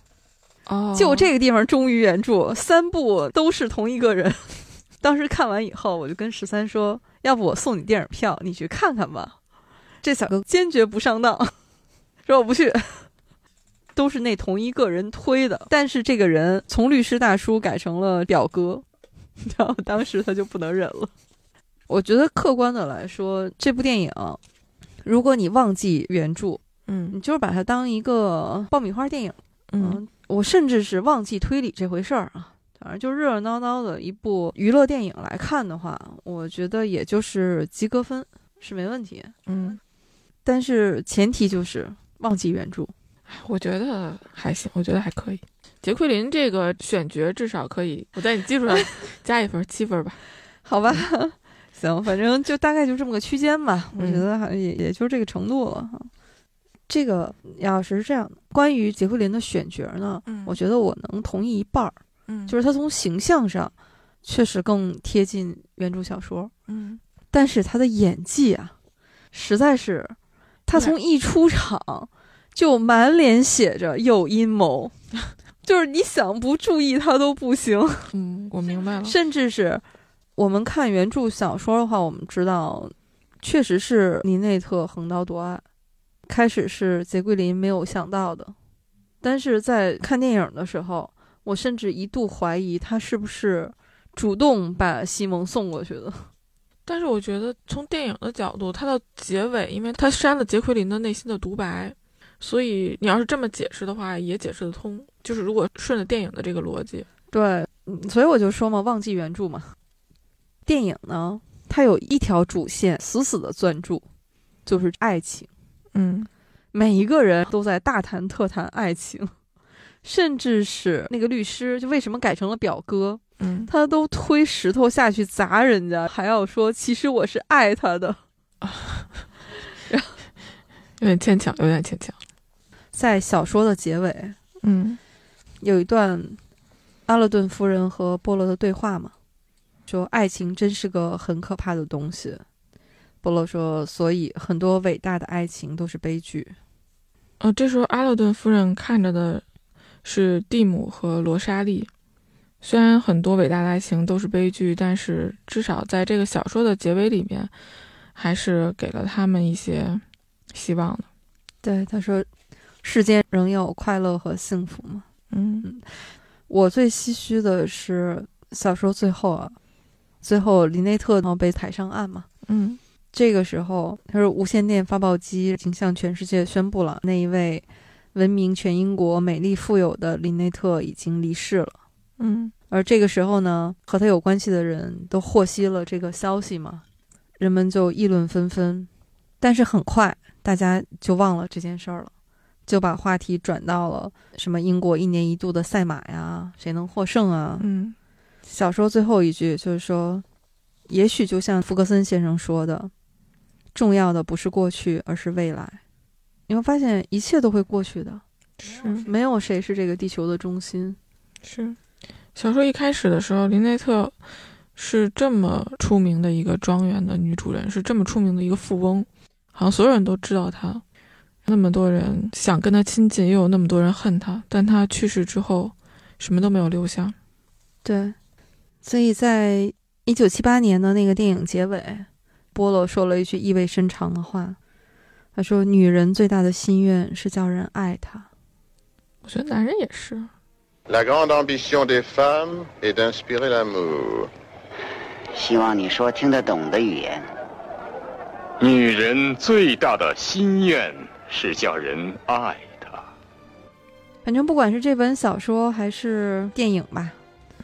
哦，
就这个地方忠于原著，三部都是同一个人。 当时看完以后，我就跟十三说，要不我送你电影票，你去看看吧。这小哥坚决不上当， 说我不去。 都是那同一个人推的，但是这个人从律师大叔改成了表哥， 然后当时他就不能忍了。我觉得客观的来说，这部电影，如果你忘记原著，
嗯
你就是把它当一个爆米花电影。
嗯
嗯，我甚至是忘记推理这回事儿啊。反正就热热闹闹的一部娱乐电影来看的话，我觉得也就是及格分是没问题。
嗯，
但是前提就是忘记原著。
我觉得还行，我觉得还可以。杰奎琳这个选角至少可以，我在你基 础上加一分，七分吧。
好吧， 行，反正就大概就这么个区间吧。我
嗯
觉得还也也就这个程度了哈。这个要是这样的，关于杰奎琳的选角呢，
嗯
我觉得我能同意一半儿，
嗯
就是她从形象上确实更贴近原著小说。
嗯，
但是他的演技啊，实在是，他从一出场就满脸写着有阴谋， 就是你想不注意他都不行。
嗯，我明白了。
甚至是我们看原著小说的话，我们知道，确实是林内特横刀夺爱，开始是杰桂林没有想到的，但是在看电影的时候，我甚至一度怀疑他是不是主动把西蒙送过去的。
但是我觉得从电影的角度，它到结尾，因为它删了杰奎琳的内心的独白，所以你要是这么解释的话，也解释得通。就是如果顺着电影的这个逻辑，
对，嗯所以我就说嘛，忘记原著嘛。电影呢，它有一条主线死死的攥住，就是爱情。
嗯
每一个人都在大谈特谈爱情，甚至是那个律师，就为什么改成了表哥，
嗯，
他都推石头下去砸人家，还要说其实我是爱他的。
有点牵强，有点牵强。
在小说的结尾
嗯
有一段阿勒顿夫人和波罗的对话嘛，说爱情真是个很可怕的东西。波罗说，所以很多伟大的爱情都是悲剧。
呃，这时候阿勒顿夫人看着的是蒂姆和罗莎莉。虽然很多伟大的爱情都是悲剧，但是至少在这个小说的结尾里面，还是给了他们一些希望的。
对，他说，世间仍有快乐和幸福嘛。
嗯
我最唏嘘的是小说最后啊，最后林内特然后被抬上岸嘛。
嗯
这个时候，他说无线电发报机已经向全世界宣布了，那一位闻名全英国、美丽富有的林内特已经离世了。
嗯
而这个时候呢，和他有关系的人都获悉了这个消息嘛，人们就议论纷纷。但是很快，大家就忘了这件事儿了，就把话题转到了什么英国一年一度的赛马呀，谁能获胜啊？
嗯
小说最后一句就是说，也许就像福格森先生说的，重要的不是过去，而是未来。你会发现一切都会过去的，
是
没有谁是这个地球的中心。
是。小说一开始的时候，林内特是这么出名的一个庄园的女主人，是这么出名的一个富翁，好像所有人都知道她。那么多人想跟她亲近，也有那么多人恨她。但她去世之后，什么都没有留下。
对，所以在一九七八年的那个电影结尾，波洛说了一句意味深长的话，他说：“女人最大的心愿是叫人爱她。
我觉得男人也是，
La grande ambition des femmes est d'inspirer l'amour.
希望你说听得懂的语言。
女人最大的心愿是叫人爱她。”
反正不管是这本小说还是电影吧，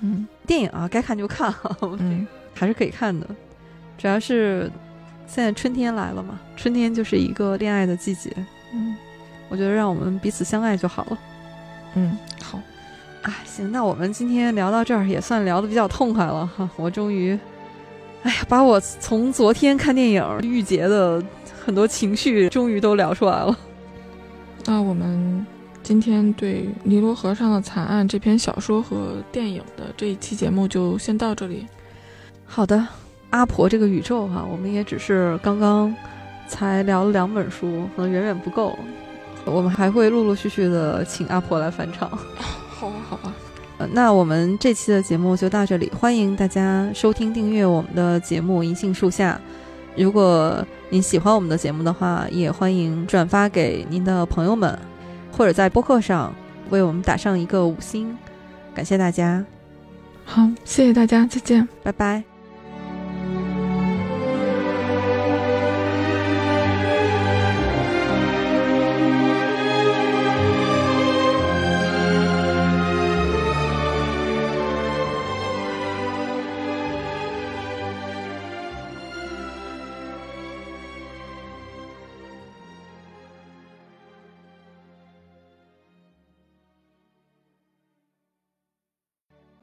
嗯
电影啊该看就看，
嗯，
还是可以看的。主要是现在春天来了嘛，春天就是一个恋爱的季节，
嗯
我觉得让我们彼此相爱就好了。
嗯，好，
哎，行，那我们今天聊到这儿也算聊得比较痛快了哈。我终于，哎呀，把我从昨天看电影郁结的很多情绪终于都聊出来了。
那我们今天对《尼罗河上的惨案》这篇小说和电影的这一期节目就先到这里。
好的，阿婆这个宇宙哈、我们也只是刚刚才聊了两本书，可能远远不够。我们还会陆陆续续的请阿婆来返场。
好啊，好啊，
呃，那我们这期的节目就到这里，欢迎大家收听订阅我们的节目《银杏树下》。如果您喜欢我们的节目的话，也欢迎转发给您的朋友们，或者在播客上为我们打上一个五星，感谢大家，
好，谢谢大家，再见。
拜拜。